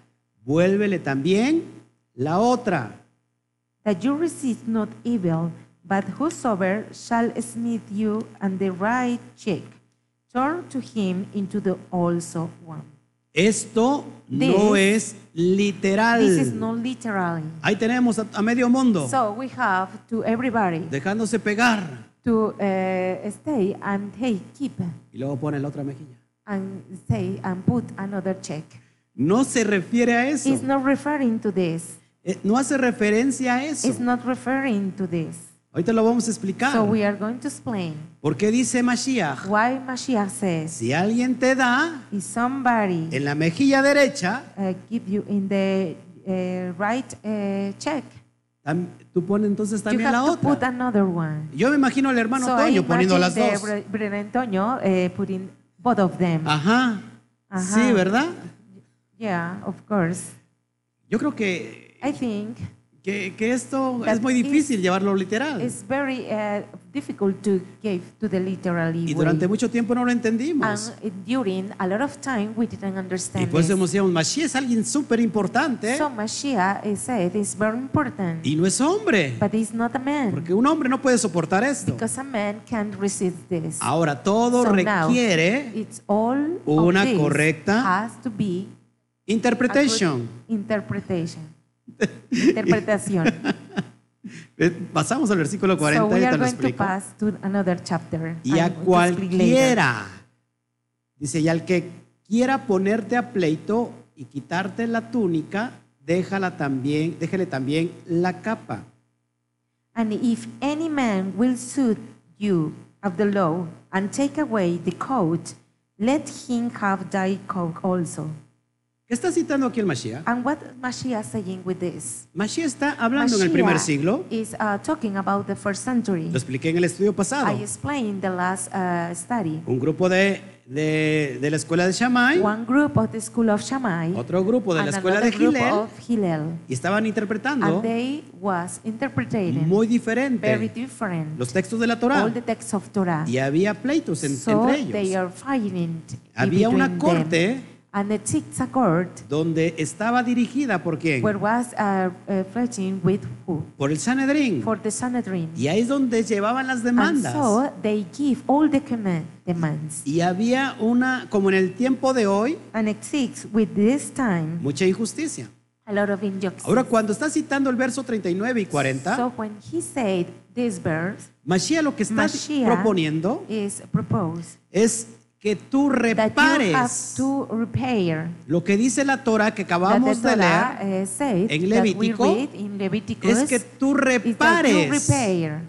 Speaker 1: vuélvele también la otra.
Speaker 2: that you resist not evil, but whosoever shall smite you on the right cheek, turn to him into the also one.
Speaker 1: Esto no es
Speaker 2: This-
Speaker 1: literal.
Speaker 2: This is not literally.
Speaker 1: Ahí tenemos a, a medio mundo
Speaker 2: So we have to everybody
Speaker 1: dejándose pegar
Speaker 2: to uh, stay and hey, keep
Speaker 1: y luego pone la otra mejilla.
Speaker 2: and stay and put another check.
Speaker 1: No se refiere a eso.
Speaker 2: It's not referring to this.
Speaker 1: Eh, No hace referencia a eso. Ah.
Speaker 2: It's not referring to this.
Speaker 1: Ahorita lo vamos a explicar.
Speaker 2: So we are going to explain
Speaker 1: ¿Por qué dice Mashiach?
Speaker 2: why Mashiach says,
Speaker 1: Si alguien te da
Speaker 2: if somebody
Speaker 1: en la mejilla derecha,
Speaker 2: uh, give you in the uh, right uh, check,
Speaker 1: tam- tú pones entonces
Speaker 2: you
Speaker 1: también
Speaker 2: have
Speaker 1: la
Speaker 2: to put
Speaker 1: otra.
Speaker 2: another one.
Speaker 1: Yo me imagino al hermano
Speaker 2: so I
Speaker 1: Toño poniendo
Speaker 2: imagine
Speaker 1: las
Speaker 2: the
Speaker 1: dos. Ah.
Speaker 2: Bre- Brother Antonio uh, putting both of them.
Speaker 1: Ajá.
Speaker 2: Ajá.
Speaker 1: Sí, ¿verdad?
Speaker 2: Yeah, of course.
Speaker 1: Yo creo que,
Speaker 2: I think
Speaker 1: que, que esto
Speaker 2: That
Speaker 1: es muy
Speaker 2: is-
Speaker 1: difícil llevarlo literal.
Speaker 2: it's very uh, difficult to give to the literally
Speaker 1: Y
Speaker 2: way.
Speaker 1: durante mucho tiempo no lo entendimos.
Speaker 2: And during a lot of time we didn't
Speaker 1: Y
Speaker 2: understand
Speaker 1: por eso
Speaker 2: this.
Speaker 1: decíamos, Mashiach es alguien súper importante
Speaker 2: So Mashiach is said is very important,
Speaker 1: y no es hombre.
Speaker 2: but he's not a man
Speaker 1: Porque un hombre no puede soportar esto.
Speaker 2: because a man can't resist this.
Speaker 1: Ahora, todo
Speaker 2: So now,
Speaker 1: requiere
Speaker 2: It's all of
Speaker 1: una
Speaker 2: this
Speaker 1: correcta
Speaker 2: has to be a good
Speaker 1: interpretation.
Speaker 2: interpretation. Interpretación.
Speaker 1: Eh, Pasamos al versículo 40
Speaker 2: so
Speaker 1: y
Speaker 2: we
Speaker 1: te
Speaker 2: are
Speaker 1: lo
Speaker 2: going to
Speaker 1: explico.
Speaker 2: pass to another chapter.
Speaker 1: Y
Speaker 2: I'm
Speaker 1: a
Speaker 2: going to explain later.
Speaker 1: cualquiera, dice, y al que quiera ponerte a pleito y quitarte la túnica, déjala también, déjale también la capa.
Speaker 2: And if any man will suit you of the law and take away the coat, let him have thy coat also.
Speaker 1: ¿Qué está citando aquí el Mashiach?
Speaker 2: And what Mashiach saying with this?
Speaker 1: Mashiach está hablando en el
Speaker 2: Mashiach
Speaker 1: primer siglo.
Speaker 2: is uh, talking about the first century.
Speaker 1: Lo expliqué en el estudio
Speaker 2: I
Speaker 1: pasado.
Speaker 2: explained the last uh, study.
Speaker 1: Un grupo de, de, de la escuela de Shammai,
Speaker 2: One group of the school of Shammai
Speaker 1: otro grupo de la
Speaker 2: and
Speaker 1: escuela de
Speaker 2: another group
Speaker 1: Hillel,
Speaker 2: of Hillel.
Speaker 1: y estaban
Speaker 2: And
Speaker 1: interpretando
Speaker 2: they was interpreting
Speaker 1: muy
Speaker 2: very
Speaker 1: diferente
Speaker 2: different
Speaker 1: los textos de la
Speaker 2: all
Speaker 1: Torá
Speaker 2: the texts of Torah.
Speaker 1: y había pleitos en-
Speaker 2: so
Speaker 1: entre
Speaker 2: they
Speaker 1: ellos.
Speaker 2: are fighting t-
Speaker 1: Había una
Speaker 2: between them.
Speaker 1: corte
Speaker 2: And the Tzitza court
Speaker 1: donde estaba dirigida por quién?
Speaker 2: where was uh, uh, fighting with who?
Speaker 1: Por el Sanedrín.
Speaker 2: For the Sanhedrin.
Speaker 1: Y ahí es donde llevaban las
Speaker 2: and
Speaker 1: demandas.
Speaker 2: so they give all the command, demands.
Speaker 1: Y había una, como en el tiempo de hoy,
Speaker 2: And it seeks with this time
Speaker 1: mucha injusticia.
Speaker 2: a lot of injustice.
Speaker 1: Ahora, cuando está citando el verso 39 y 40,
Speaker 2: So when he said this verse
Speaker 1: Mashiach lo que está
Speaker 2: Mashiach
Speaker 1: proponiendo
Speaker 2: is proposed
Speaker 1: es que tú
Speaker 2: that you have
Speaker 1: repares
Speaker 2: to repair
Speaker 1: lo que dice la Torah que
Speaker 2: that the
Speaker 1: acabamos de
Speaker 2: Torah
Speaker 1: leer,
Speaker 2: eh, said
Speaker 1: en
Speaker 2: that we
Speaker 1: Levítico,
Speaker 2: read in Leviticus
Speaker 1: es que tú
Speaker 2: is that you
Speaker 1: repares
Speaker 2: repair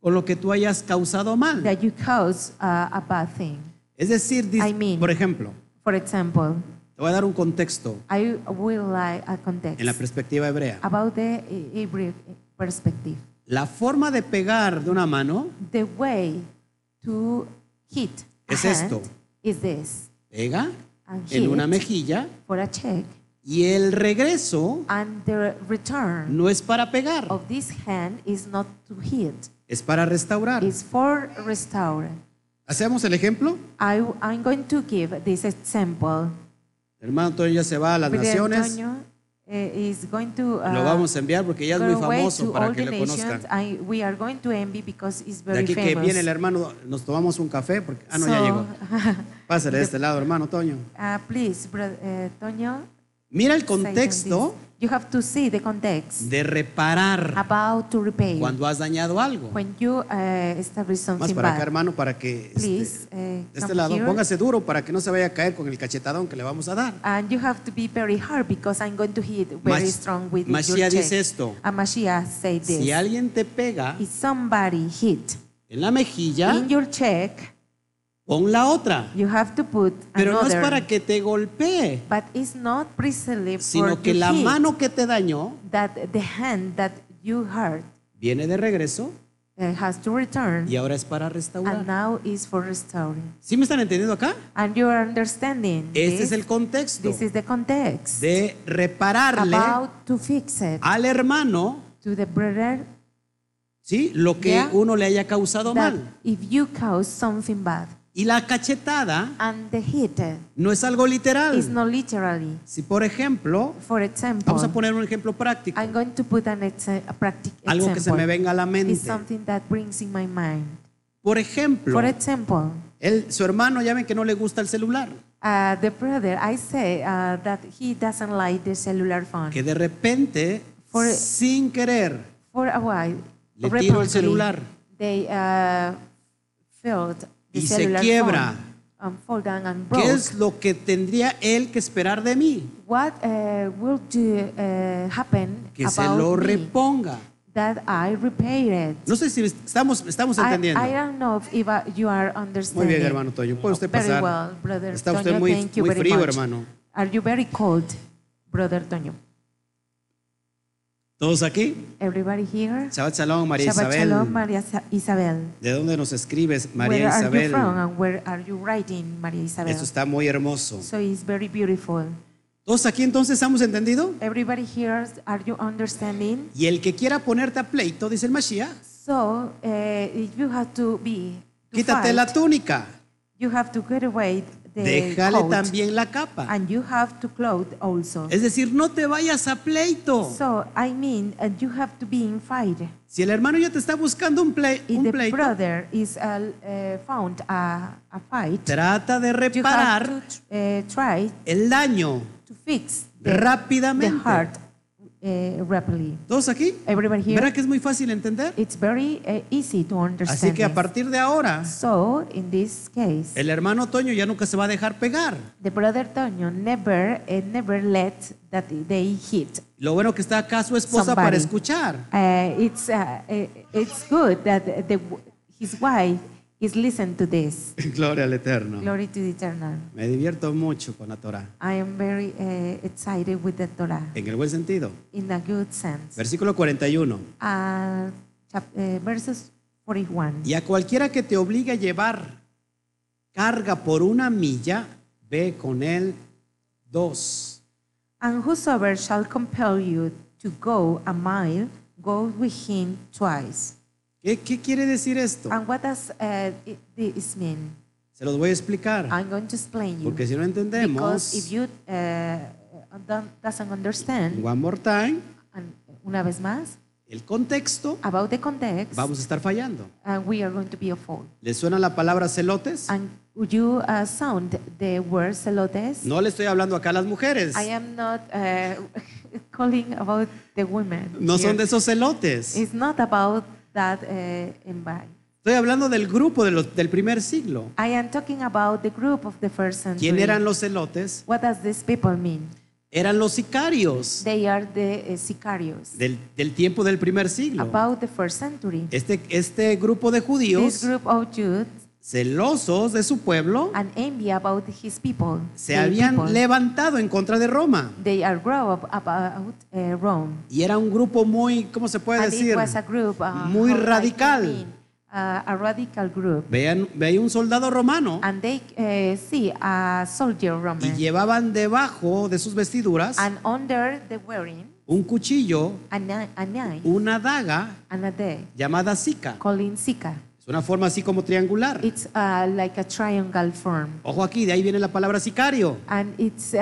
Speaker 1: con lo que tú hayas causado mal.
Speaker 2: that you cause uh, a bad thing.
Speaker 1: Es decir, dice-
Speaker 2: I mean-
Speaker 1: por ejemplo,
Speaker 2: For example,
Speaker 1: te voy a dar un contexto
Speaker 2: I will like a context
Speaker 1: en la perspectiva hebrea.
Speaker 2: about the eh, Hebrew perspective.
Speaker 1: La forma de pegar de una mano,
Speaker 2: The way to hit a
Speaker 1: Es esto.
Speaker 2: hand is this
Speaker 1: pega
Speaker 2: And
Speaker 1: en una
Speaker 2: hit.
Speaker 1: mejilla
Speaker 2: for a check
Speaker 1: y el regreso
Speaker 2: and the return
Speaker 1: no es para pegar,
Speaker 2: of this hand is not to hit,
Speaker 1: es para restaurar.
Speaker 2: it's for restore.
Speaker 1: ¿Hacemos el ejemplo?
Speaker 2: I, I'm going to give this example.
Speaker 1: El hermano Antonio ya se va a las
Speaker 2: Brother
Speaker 1: naciones,
Speaker 2: Antonio, eh, is going to uh,
Speaker 1: lo vamos a enviar porque ya es
Speaker 2: go
Speaker 1: muy
Speaker 2: away
Speaker 1: famoso
Speaker 2: to
Speaker 1: para
Speaker 2: all
Speaker 1: que lo
Speaker 2: the nations.
Speaker 1: conozcan.
Speaker 2: I- we are going to envy because it's
Speaker 1: De
Speaker 2: very
Speaker 1: aquí que
Speaker 2: famous.
Speaker 1: viene el hermano, nos tomamos un café porque ah no ya
Speaker 2: So, uh-huh.
Speaker 1: llegó. Pásale de este lado, hermano Toño.
Speaker 2: uh, please, brother eh, Toño.
Speaker 1: Mira el
Speaker 2: say on
Speaker 1: contexto
Speaker 2: this. You have to see the context
Speaker 1: de reparar
Speaker 2: about to repay
Speaker 1: cuando has dañado algo.
Speaker 2: when you uh, establish
Speaker 1: Más
Speaker 2: something
Speaker 1: para acá,
Speaker 2: bad.
Speaker 1: hermano, para que este,
Speaker 2: Please, eh,
Speaker 1: de este
Speaker 2: come
Speaker 1: lado,
Speaker 2: here.
Speaker 1: póngase duro para que no se vaya a caer con el cachetadón que le vamos a dar.
Speaker 2: And you have to be very hard because I'm going to hit very
Speaker 1: Mas-
Speaker 2: strong with
Speaker 1: Mashiach
Speaker 2: your
Speaker 1: dice
Speaker 2: check.
Speaker 1: esto.
Speaker 2: And Mashiach say this.
Speaker 1: Si alguien te pega
Speaker 2: If somebody hit
Speaker 1: en la mejilla,
Speaker 2: in your check,
Speaker 1: Pon la otra.
Speaker 2: You have to put
Speaker 1: Pero no es
Speaker 2: another.
Speaker 1: para que te golpee,
Speaker 2: But it's not precisely for
Speaker 1: sino que
Speaker 2: you
Speaker 1: la
Speaker 2: hit
Speaker 1: mano que te dañó
Speaker 2: that the hand that you hurt
Speaker 1: viene de regreso
Speaker 2: uh, has to return,
Speaker 1: y ahora es para
Speaker 2: and
Speaker 1: restaurar.
Speaker 2: now is for restoring.
Speaker 1: ¿Sí me están entendiendo acá?
Speaker 2: And you are understanding
Speaker 1: Este
Speaker 2: this,
Speaker 1: es el contexto
Speaker 2: this is the context
Speaker 1: de repararle
Speaker 2: about to fix it
Speaker 1: al hermano,
Speaker 2: to the brother
Speaker 1: ¿sí? Lo que
Speaker 2: Yeah.
Speaker 1: uno le haya causado
Speaker 2: that
Speaker 1: mal.
Speaker 2: if you cause something bad
Speaker 1: Y la cachetada
Speaker 2: and the hit uh,
Speaker 1: no es algo
Speaker 2: is
Speaker 1: literal.
Speaker 2: not literally.
Speaker 1: Si por ejemplo,
Speaker 2: For example,
Speaker 1: vamos a poner un ejemplo práctico,
Speaker 2: I'm going to put an exe- a practic
Speaker 1: algo que se me
Speaker 2: example.
Speaker 1: venga a la
Speaker 2: It's
Speaker 1: mente.
Speaker 2: something that brings in my mind.
Speaker 1: Por ejemplo,
Speaker 2: For example,
Speaker 1: él- su hermano ya ven que no le gusta el celular,
Speaker 2: uh, the brother, I say uh, that he doesn't like the cellular phone.
Speaker 1: que de repente,
Speaker 2: For-
Speaker 1: sin querer,
Speaker 2: For a while,
Speaker 1: Le tiro el
Speaker 2: reportedly,
Speaker 1: celular.
Speaker 2: They uh, filled the
Speaker 1: Y se
Speaker 2: cellular
Speaker 1: quiebra.
Speaker 2: phone and fall down and broke.
Speaker 1: ¿Qué es lo que tendría él que esperar de mí?
Speaker 2: What uh, will do, uh, happen
Speaker 1: Que
Speaker 2: about
Speaker 1: se lo
Speaker 2: me
Speaker 1: reponga.
Speaker 2: that I repair it?
Speaker 1: No sé si estamos, estamos
Speaker 2: I,
Speaker 1: entendiendo.
Speaker 2: I don't know if, if uh, you are
Speaker 1: Muy
Speaker 2: understanding.
Speaker 1: bien, hermano Toño. Puede usted
Speaker 2: Very
Speaker 1: pasar.
Speaker 2: well, brother
Speaker 1: Está
Speaker 2: Toño,
Speaker 1: usted muy-
Speaker 2: thank you
Speaker 1: muy
Speaker 2: very
Speaker 1: frío,
Speaker 2: much.
Speaker 1: hermano.
Speaker 2: Are you very cold, brother Toño?
Speaker 1: ¿Todos aquí?
Speaker 2: Everybody here?
Speaker 1: Shabbat Shalom, María
Speaker 2: Shabbat
Speaker 1: Isabel.
Speaker 2: shalom, María Sa- Isabel.
Speaker 1: ¿De dónde nos escribes,
Speaker 2: where
Speaker 1: María
Speaker 2: are you
Speaker 1: Isabel?
Speaker 2: from and where are you writing, María Isabel?
Speaker 1: Esto está muy hermoso.
Speaker 2: So it's very beautiful.
Speaker 1: ¿Todos aquí entonces estamos entendido?
Speaker 2: Everybody here, are you understanding?
Speaker 1: Y el que quiera ponerte a pleito, dice el Mashiach,
Speaker 2: So uh, if you have to be, to
Speaker 1: quítate
Speaker 2: fight,
Speaker 1: la túnica,
Speaker 2: you have to get away the
Speaker 1: déjale
Speaker 2: coat,
Speaker 1: también la capa.
Speaker 2: and you have to clothe also.
Speaker 1: Es decir, no te vayas a pleito.
Speaker 2: So I mean, uh, you have to be in fight.
Speaker 1: Si el hermano ya te está buscando un, ple-
Speaker 2: If
Speaker 1: un
Speaker 2: the
Speaker 1: pleito,
Speaker 2: brother is uh, uh, found a, a fight,
Speaker 1: trata de
Speaker 2: you have
Speaker 1: reparar
Speaker 2: to uh, try
Speaker 1: el daño
Speaker 2: to fix the, the
Speaker 1: rápidamente.
Speaker 2: heart uh, rapidly.
Speaker 1: ¿Todos aquí?
Speaker 2: Everybody here?
Speaker 1: ¿Verdad que es muy fácil entender?
Speaker 2: It's very uh, easy to
Speaker 1: Así
Speaker 2: understand.
Speaker 1: que a
Speaker 2: this.
Speaker 1: partir de ahora,
Speaker 2: So, in this case,
Speaker 1: el hermano Toño ya nunca se va a dejar pegar.
Speaker 2: the brother Toño never, eh, never let that they hit.
Speaker 1: Lo bueno que está acá su esposa
Speaker 2: Somebody.
Speaker 1: para escuchar.
Speaker 2: Uh, it's, uh, eh, it's good that the, his wife is listening to this.
Speaker 1: Gloria al Eterno.
Speaker 2: Glory to the eternal.
Speaker 1: Me divierto mucho con la Torah,
Speaker 2: I am very uh, excited with the Torah
Speaker 1: en el buen sentido.
Speaker 2: in a good sense.
Speaker 1: Versículo 41.
Speaker 2: Uh, chap- eh, verses 41.
Speaker 1: Y a cualquiera que te obligue a llevar carga por una milla, ve con él dos.
Speaker 2: And whosoever shall compel you to go a mile, go with him twice.
Speaker 1: ¿Qué, qué quiere decir esto?
Speaker 2: And what does uh, i- this mean?
Speaker 1: Se los voy a explicar,
Speaker 2: I'm going to explain you.
Speaker 1: porque si no
Speaker 2: Ah. Because if
Speaker 1: entendemos,
Speaker 2: you uh, don't, doesn't understand,
Speaker 1: one more time,
Speaker 2: and una vez más,
Speaker 1: el contexto,
Speaker 2: about the context,
Speaker 1: vamos a estar fallando.
Speaker 2: uh, we are going to be a fool.
Speaker 1: ¿Le suena la palabra celotes?
Speaker 2: And would you uh, sound the word celotes?
Speaker 1: No le estoy hablando acá a las mujeres.
Speaker 2: I am not uh, calling about the women.
Speaker 1: No
Speaker 2: here.
Speaker 1: son de esos celotes.
Speaker 2: It's not about that uh, invite.
Speaker 1: Estoy hablando del grupo de los- del primer siglo.
Speaker 2: I am talking about the group of the first century.
Speaker 1: ¿Quién eran los celotes?
Speaker 2: What does these people mean?
Speaker 1: Eran los sicarios
Speaker 2: They are the uh, sicarios.
Speaker 1: del, del tiempo del primer siglo.
Speaker 2: About the first century,
Speaker 1: Este, este grupo de
Speaker 2: this
Speaker 1: judíos,
Speaker 2: group of Jews
Speaker 1: celosos de su pueblo,
Speaker 2: and envy about his people.
Speaker 1: se
Speaker 2: their
Speaker 1: habían
Speaker 2: people.
Speaker 1: levantado en contra de Roma.
Speaker 2: They are grow up about uh, Rome.
Speaker 1: Y era un grupo muy, ¿cómo se puede
Speaker 2: and
Speaker 1: decir?
Speaker 2: it was a group, uh,
Speaker 1: muy
Speaker 2: how I can
Speaker 1: radical.
Speaker 2: mean, uh, a radical group.
Speaker 1: Vean, veía un soldado romano
Speaker 2: And they uh, see a soldier
Speaker 1: y
Speaker 2: Roman.
Speaker 1: llevaban debajo de sus vestiduras
Speaker 2: And under the wearing,
Speaker 1: un cuchillo,
Speaker 2: a, kni- a knife
Speaker 1: una daga
Speaker 2: and a day,
Speaker 1: llamada sica.
Speaker 2: calling Sika.
Speaker 1: Es una forma así como triangular.
Speaker 2: It's uh, like a triangle form.
Speaker 1: Ojo aquí, de ahí viene la palabra sicario.
Speaker 2: And it's, uh,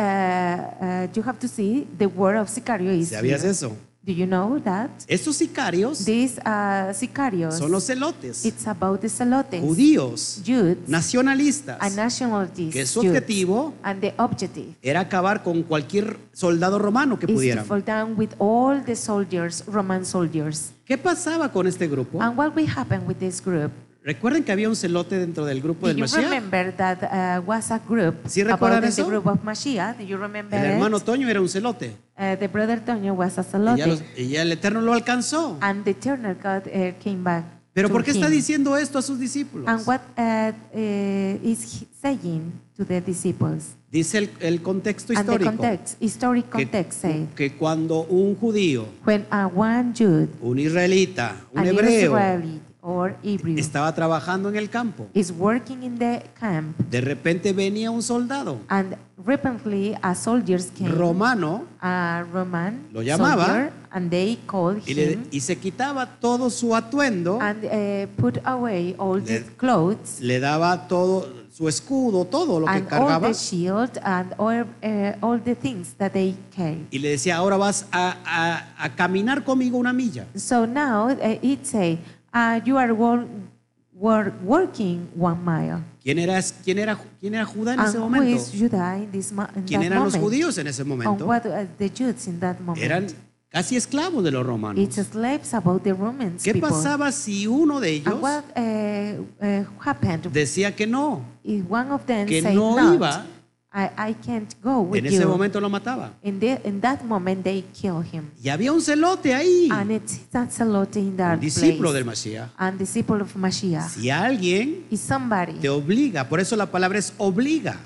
Speaker 2: uh, you have to see the word of sicario is.
Speaker 1: ¿Sabías
Speaker 2: here.
Speaker 1: eso?
Speaker 2: Do you know that?
Speaker 1: Estos sicarios
Speaker 2: These uh, sicarios,
Speaker 1: son los celotes,
Speaker 2: it's about the celotes,
Speaker 1: judíos,
Speaker 2: Jews, and
Speaker 1: nacionalistas,
Speaker 2: nationalities,
Speaker 1: que su
Speaker 2: Jews.
Speaker 1: objetivo
Speaker 2: and the objective
Speaker 1: era acabar con cualquier soldado romano que
Speaker 2: is to
Speaker 1: pudiera.
Speaker 2: fall down with all the soldiers, Roman soldiers.
Speaker 1: ¿Qué pasaba con este grupo?
Speaker 2: And what will happen with this group?
Speaker 1: Recuerden que había un celote dentro del grupo
Speaker 2: Do
Speaker 1: del
Speaker 2: you
Speaker 1: Mashiach.
Speaker 2: remember that uh, was a group
Speaker 1: ¿Sí
Speaker 2: about
Speaker 1: recuerdan
Speaker 2: the
Speaker 1: eso?
Speaker 2: group of Mashiach? Do you remember
Speaker 1: El
Speaker 2: it?
Speaker 1: hermano Toño era un celote.
Speaker 2: Uh, the brother Tonio was a
Speaker 1: Y ya,
Speaker 2: celote, Ah,
Speaker 1: los- y ya el Eterno lo alcanzó.
Speaker 2: and the eternal God uh, came back.
Speaker 1: Pero
Speaker 2: to
Speaker 1: ¿por qué está
Speaker 2: him.
Speaker 1: diciendo esto a sus discípulos?
Speaker 2: And what uh, uh, is he saying to the disciples?
Speaker 1: Dice el, el contexto
Speaker 2: And the
Speaker 1: histórico
Speaker 2: context, historic
Speaker 1: que,
Speaker 2: context said,
Speaker 1: que cuando un judío,
Speaker 2: when uh, one Jude,
Speaker 1: un israelita, un
Speaker 2: an
Speaker 1: hebreo
Speaker 2: Israelite or Hebrew,
Speaker 1: estaba trabajando en el campo,
Speaker 2: is working in the camp,
Speaker 1: de repente venía un soldado
Speaker 2: and rapidly a soldier came,
Speaker 1: romano
Speaker 2: a Roman
Speaker 1: Lo llamaba.
Speaker 2: soldier, and they called
Speaker 1: y, le-
Speaker 2: him
Speaker 1: y se quitaba todo su atuendo,
Speaker 2: and uh, put away all the
Speaker 1: Le-
Speaker 2: clothes
Speaker 1: le daba todo su escudo, todo lo que
Speaker 2: and all
Speaker 1: cargaba
Speaker 2: the shield and all, uh, all the things that they carry.
Speaker 1: y le decía, ahora vas a, a- a caminar conmigo una milla.
Speaker 2: So now uh, it say, uh, you are wor- wor- working one mile.
Speaker 1: ¿Quién era, quién era, quién era Judá en
Speaker 2: and
Speaker 1: ese
Speaker 2: who
Speaker 1: momento?
Speaker 2: is Judah in this mo- in
Speaker 1: ¿Quién
Speaker 2: that
Speaker 1: eran los
Speaker 2: moment?
Speaker 1: judíos en ese
Speaker 2: And
Speaker 1: momento?
Speaker 2: what uh, the Jews in that moment?
Speaker 1: Eran casi esclavos de los romanos.
Speaker 2: It's slaves about the Romans
Speaker 1: ¿Qué
Speaker 2: people.
Speaker 1: pasaba si uno de ellos
Speaker 2: And what uh, uh, happened?
Speaker 1: decía que no?
Speaker 2: If one of them
Speaker 1: que
Speaker 2: said,
Speaker 1: no
Speaker 2: "Not,
Speaker 1: iba,
Speaker 2: I, I can't go with
Speaker 1: En ese
Speaker 2: you.
Speaker 1: momento lo mataba.
Speaker 2: in, the, in that moment, they kill him.
Speaker 1: Y había un celote ahí,
Speaker 2: And it's that's a lot in that
Speaker 1: un discípulo
Speaker 2: place.
Speaker 1: del Mashiach.
Speaker 2: And disciple of Mashiach
Speaker 1: Si alguien
Speaker 2: is somebody.
Speaker 1: te obliga, por eso la palabra es obliga,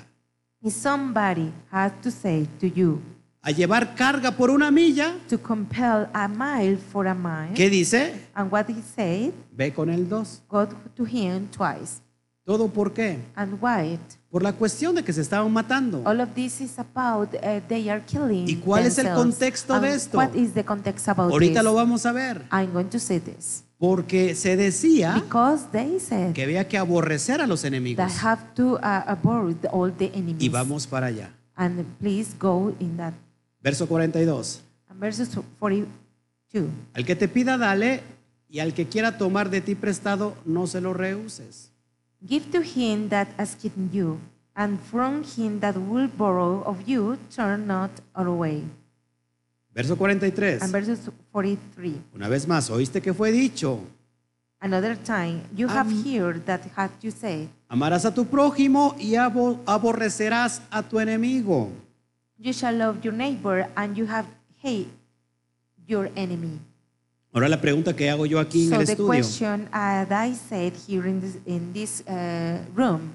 Speaker 2: Is somebody has to say to you
Speaker 1: a llevar carga por una milla,
Speaker 2: to compel a mile for a mile.
Speaker 1: ¿qué dice?
Speaker 2: And what he said,
Speaker 1: Ve con el 2.
Speaker 2: God to him twice.
Speaker 1: ¿Todo por qué?
Speaker 2: And why? it-
Speaker 1: Por la cuestión de que se estaban matando.
Speaker 2: All of this is about uh, they are killing.
Speaker 1: ¿Y cuál es el
Speaker 2: themselves.
Speaker 1: contexto
Speaker 2: And
Speaker 1: de esto?
Speaker 2: What is the context about
Speaker 1: Ahorita
Speaker 2: this?
Speaker 1: lo vamos a ver.
Speaker 2: I'm going to say this
Speaker 1: Porque se decía
Speaker 2: because they said
Speaker 1: Ah. que había que aborrecer a los
Speaker 2: that
Speaker 1: enemigos.
Speaker 2: have to uh, abort all the
Speaker 1: Y
Speaker 2: enemies.
Speaker 1: vamos para allá.
Speaker 2: And please go in that.
Speaker 1: Verso 42.
Speaker 2: And verses 42.
Speaker 1: Al que te pida, dale, y al que quiera tomar de ti prestado, no se lo rehuses.
Speaker 2: Give to him that asketh you, and from him that will borrow of you, turn not away.
Speaker 1: Verso 43.
Speaker 2: And verses 43.
Speaker 1: Una vez más, oíste que fue dicho,
Speaker 2: Another time, you have
Speaker 1: Um,
Speaker 2: heard that hath you said,
Speaker 1: amarás a tu prójimo y abo- aborrecerás a tu enemigo.
Speaker 2: You shall love your neighbor, and you have hate your enemy.
Speaker 1: Ahora la pregunta que hago yo aquí en
Speaker 2: So
Speaker 1: el
Speaker 2: the
Speaker 1: estudio,
Speaker 2: question uh, that I said here in this, in this uh, room,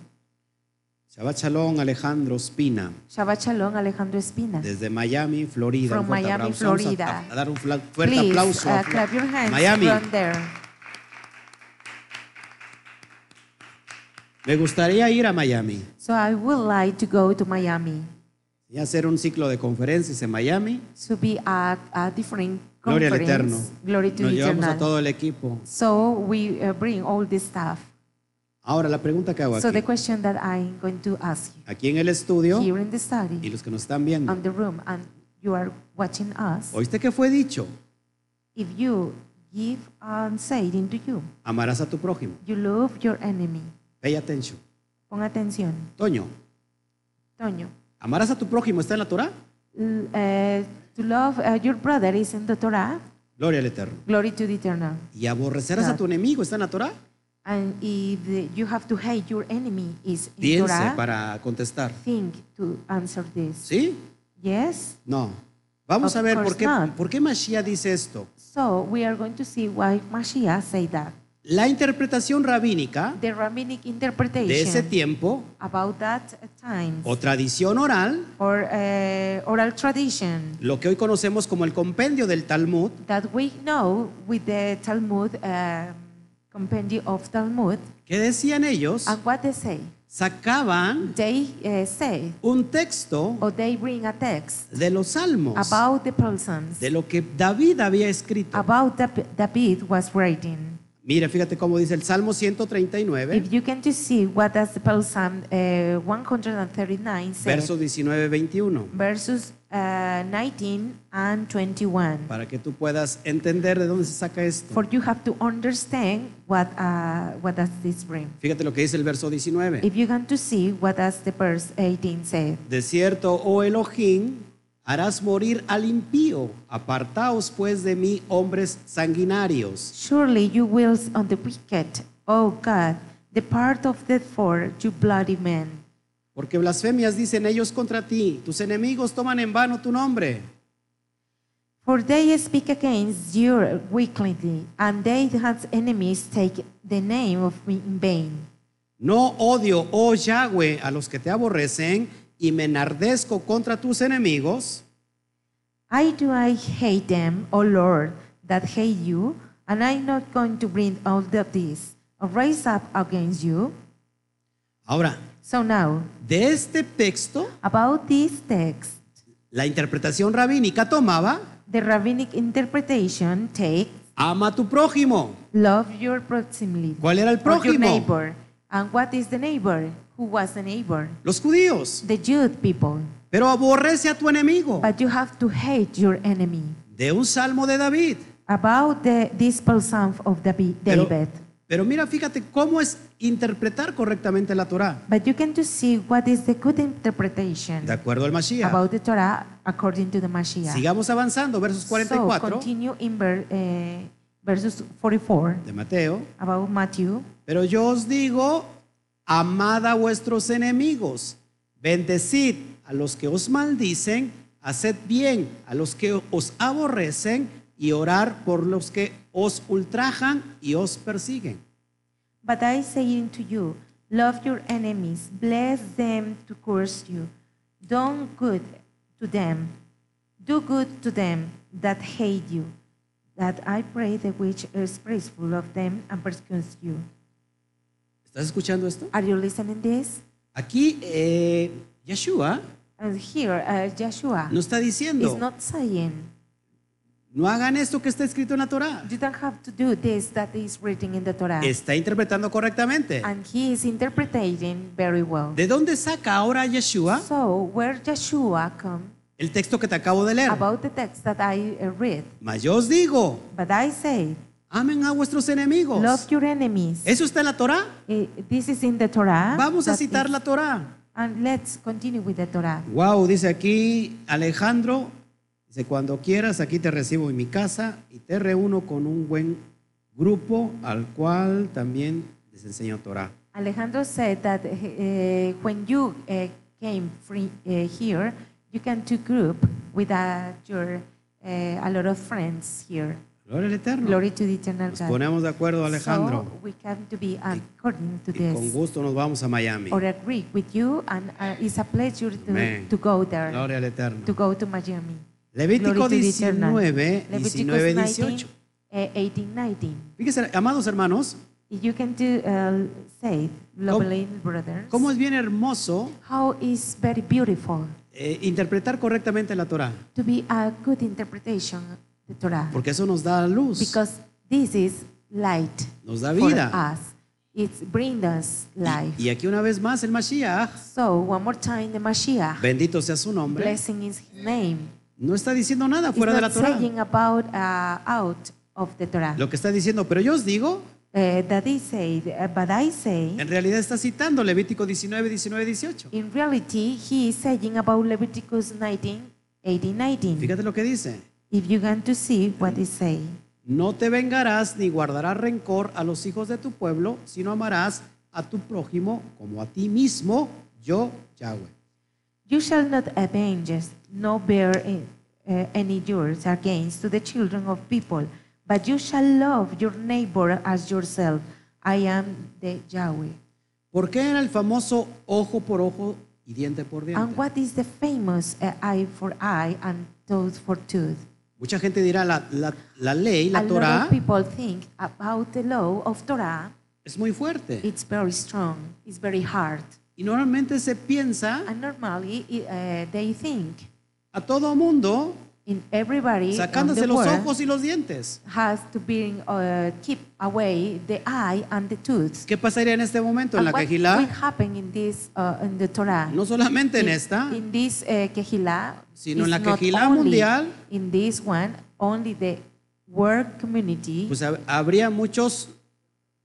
Speaker 1: Shabbat Shalom Alejandro Espina,
Speaker 2: Shabbat Shalom, Alejandro Espina.
Speaker 1: desde Miami, Florida.
Speaker 2: From
Speaker 1: Un fuerte
Speaker 2: Miami,
Speaker 1: aplauso. Vamos a-
Speaker 2: Florida.
Speaker 1: A, a dar un fla- fuerte
Speaker 2: Please
Speaker 1: aplauso a
Speaker 2: uh, clap your hands
Speaker 1: Miami.
Speaker 2: from there.
Speaker 1: Me gustaría ir a Miami
Speaker 2: So I would like to go to Miami.
Speaker 1: y hacer un ciclo de conferencias en Miami.
Speaker 2: to be at a different
Speaker 1: Gloria
Speaker 2: conference.
Speaker 1: al Eterno.
Speaker 2: Glory to
Speaker 1: Nos
Speaker 2: the
Speaker 1: llevamos a
Speaker 2: Eternal.
Speaker 1: todo el equipo.
Speaker 2: So we uh, bring all this stuff.
Speaker 1: Ahora la pregunta que hago
Speaker 2: So the
Speaker 1: aquí,
Speaker 2: question that I'm going to ask you
Speaker 1: aquí en el estudio
Speaker 2: here in the
Speaker 1: y
Speaker 2: study,
Speaker 1: los que nos están viendo,
Speaker 2: on the room, and you are watching us,
Speaker 1: oíste que fue dicho,
Speaker 2: if you give and say it into you,
Speaker 1: amarás a tu prójimo.
Speaker 2: you love your enemy.
Speaker 1: Pay attention.
Speaker 2: Pon atención,
Speaker 1: Toño,
Speaker 2: Toño.
Speaker 1: amarás a tu prójimo está en la Torá.
Speaker 2: L- uh, to love uh, your brother is in the Torah.
Speaker 1: Gloria al Eterno.
Speaker 2: Glory to the Eternal.
Speaker 1: Y aborrecerás a tu enemigo está en la Torá.
Speaker 2: And if the- you have to hate your enemy, is in
Speaker 1: Piense
Speaker 2: Torah.
Speaker 1: para contestar.
Speaker 2: Think to answer this.
Speaker 1: ¿Sí?
Speaker 2: Yes.
Speaker 1: No. Vamos
Speaker 2: Of
Speaker 1: a ver por
Speaker 2: course
Speaker 1: qué,
Speaker 2: not.
Speaker 1: por qué Mashiach dice esto.
Speaker 2: So we are going to see why Mashiach say that.
Speaker 1: La interpretación rabínica
Speaker 2: The rabbinic
Speaker 1: de ese
Speaker 2: interpretation
Speaker 1: tiempo
Speaker 2: about that time
Speaker 1: o tradición oral,
Speaker 2: or uh, oral tradition
Speaker 1: lo que hoy conocemos como el compendio del Talmud,
Speaker 2: that we know with the Talmud um, compendium of Talmud
Speaker 1: que decían ellos,
Speaker 2: and what they say.
Speaker 1: sacaban
Speaker 2: They uh, say
Speaker 1: un texto
Speaker 2: or they bring a text
Speaker 1: de los salmos,
Speaker 2: about the persons
Speaker 1: de lo que David había escrito.
Speaker 2: about that David was writing.
Speaker 1: Mira, fíjate cómo dice el Salmo 139,
Speaker 2: If you can just see what does the Psalm uh, 139 say.
Speaker 1: verso 19-21,
Speaker 2: verses uh, 19 and 21.
Speaker 1: para que tú puedas entender de dónde se saca esto.
Speaker 2: For you have to understand what uh, what does this bring.
Speaker 1: Fíjate lo que dice el verso 19.
Speaker 2: If you want to see what does the verse 18 say,
Speaker 1: De cierto, oh Elohim, harás morir al impío. Apartaos pues de mí, hombres sanguinarios.
Speaker 2: surely you will on the wicked, O God, the part of the for you bloody men,
Speaker 1: Porque blasfemias dicen ellos contra ti. Tus enemigos toman en vano tu nombre.
Speaker 2: For they speak against you wickedly, and they have enemies take the name of me in vain.
Speaker 1: No odio, oh Yahweh, a los que te aborrecen y me enardezco contra tus enemigos,
Speaker 2: I do I hate them, O Lord, that hate you, and I'm not going to bring all of this, or raise up against you.
Speaker 1: Ahora,
Speaker 2: So now,
Speaker 1: de este texto,
Speaker 2: about this text,
Speaker 1: la interpretación rabínica tomaba,
Speaker 2: the rabbinic interpretation takes
Speaker 1: ama a tu prójimo.
Speaker 2: love your proximity.
Speaker 1: ¿Cuál era el
Speaker 2: or your
Speaker 1: prójimo?
Speaker 2: neighbor. And what is the neighbor? Who was the neighbor?
Speaker 1: Los judíos.
Speaker 2: The Jude people.
Speaker 1: Pero aborrece a tu enemigo.
Speaker 2: But you have to hate your enemy.
Speaker 1: De un salmo de David.
Speaker 2: About the, this psalm of Davi-
Speaker 1: Pero-
Speaker 2: David.
Speaker 1: Pero mira, fíjate cómo es interpretar correctamente la Torá,
Speaker 2: But you can to see what is the good interpretation
Speaker 1: de acuerdo al Mashiach.
Speaker 2: about the Torah according to the Mashiach.
Speaker 1: Sigamos avanzando, versos
Speaker 2: So
Speaker 1: 44
Speaker 2: continue in ver, eh, verses 44
Speaker 1: de Mateo.
Speaker 2: about Matthew.
Speaker 1: Pero yo os digo, amad a vuestros enemigos, bendecid a los que os maldicen, haced bien a los que os aborrecen y orar por los que os ultrajan y os persiguen.
Speaker 2: But I say unto you, love your enemies, bless them to curse you, do good to them, do good to them that hate you, that I pray the which is praiseful of them and persecutes you.
Speaker 1: ¿Estás escuchando esto?
Speaker 2: Are you listening this?
Speaker 1: Aquí eh, Yeshua
Speaker 2: And here, uh, Joshua
Speaker 1: nos está
Speaker 2: is
Speaker 1: diciendo,
Speaker 2: not saying
Speaker 1: no hagan esto que está escrito en la Torá.
Speaker 2: you don't have to do this that is written in the Torah,
Speaker 1: Está interpretando correctamente.
Speaker 2: and he is interpreting very well.
Speaker 1: ¿De dónde saca ahora Yeshua
Speaker 2: So where Joshua come
Speaker 1: el texto que te acabo de leer?
Speaker 2: about the text that I uh, read?
Speaker 1: Mas yo os digo,
Speaker 2: But I say,
Speaker 1: amen a vuestros enemigos.
Speaker 2: love your enemies.
Speaker 1: ¿Eso está en la Torá?
Speaker 2: Eh, This is in the Torah.
Speaker 1: Vamos a
Speaker 2: That
Speaker 1: citar
Speaker 2: is-
Speaker 1: la Torá.
Speaker 2: And let's continue with the Torah.
Speaker 1: Wow, dice aquí Alejandro, dice, cuando quieras, aquí te recibo en mi casa y te reúno con un buen grupo al cual también les enseño Torá.
Speaker 2: Alejandro said that eh, when you eh, came free, eh, here, you can to group with uh, your eh, a lot of friends here.
Speaker 1: Gloria al Eterno.
Speaker 2: Glory to the eternal
Speaker 1: Nos
Speaker 2: God.
Speaker 1: ponemos de acuerdo, Alejandro.
Speaker 2: So we come to be according to
Speaker 1: y con
Speaker 2: this,
Speaker 1: gusto nos vamos a Miami.
Speaker 2: or agree with you, and uh, it's a pleasure to,
Speaker 1: Amen.
Speaker 2: to go there,
Speaker 1: Gloria al Eterno.
Speaker 2: to go to Miami.
Speaker 1: Levítico
Speaker 2: Glory to the eternal.
Speaker 1: 19,
Speaker 2: Levíticos
Speaker 1: 19,
Speaker 2: 19,
Speaker 1: 18.
Speaker 2: eh, 18, 19.
Speaker 1: Fíjense, amados hermanos,
Speaker 2: You can do uh, say, lovely brothers.
Speaker 1: cómo es bien hermoso
Speaker 2: How is very beautiful
Speaker 1: eh, interpretar correctamente la Torá,
Speaker 2: to be a good interpretation the Torah,
Speaker 1: porque eso nos da luz,
Speaker 2: because this is light
Speaker 1: nos da
Speaker 2: for
Speaker 1: vida.
Speaker 2: us. It brings us life.
Speaker 1: Y aquí una vez más el Mashiach,
Speaker 2: So one more time, the Mashiach,
Speaker 1: bendito sea su nombre,
Speaker 2: blessing is his name.
Speaker 1: no está diciendo nada
Speaker 2: It's
Speaker 1: fuera de la
Speaker 2: not
Speaker 1: Torá.
Speaker 2: saying about uh, out of the Torah.
Speaker 1: Lo que está diciendo, pero yo os digo,
Speaker 2: Uh, that is said, uh, but I say,
Speaker 1: en realidad está citando Levítico 19, 19, 18.
Speaker 2: in reality, he is saying about Leviticus 19, 18, 19.
Speaker 1: Fíjate lo que dice.
Speaker 2: If you want to see what is saying,
Speaker 1: No te vengarás ni guardarás rencor a los hijos de tu pueblo, sino amarás a tu prójimo como a ti mismo, yo, Yahweh.
Speaker 2: you shall not avenge, nor bear uh, any yours against to the children of people, but you shall love your neighbor as yourself. I am the Yahweh.
Speaker 1: ¿Por qué era el famoso ojo por ojo y diente por
Speaker 2: And
Speaker 1: diente?
Speaker 2: what is the famous uh, eye for eye and tooth for tooth?
Speaker 1: Mucha gente dirá, la, la- la ley,
Speaker 2: A
Speaker 1: la
Speaker 2: lot
Speaker 1: Torah,
Speaker 2: of people think about the law of Torah.
Speaker 1: es muy fuerte.
Speaker 2: It's very strong. It's very hard.
Speaker 1: Y normalmente se piensa
Speaker 2: And normally i- uh, they think
Speaker 1: a todo mundo
Speaker 2: in everybody on
Speaker 1: sacándose
Speaker 2: the
Speaker 1: los
Speaker 2: world,
Speaker 1: ojos y los dientes.
Speaker 2: has to bring uh, keep away the eye and the tooth.
Speaker 1: ¿Qué pasaría en este momento en
Speaker 2: And
Speaker 1: la
Speaker 2: what will
Speaker 1: Kejilá?
Speaker 2: happen in this uh, in the Torah?
Speaker 1: No solamente en
Speaker 2: in,
Speaker 1: esta,
Speaker 2: in this uh, Kehilá,
Speaker 1: Sino
Speaker 2: is
Speaker 1: en la
Speaker 2: not
Speaker 1: Kehilá
Speaker 2: only
Speaker 1: mundial.
Speaker 2: In this one, only the world community.
Speaker 1: pues hab- habría muchos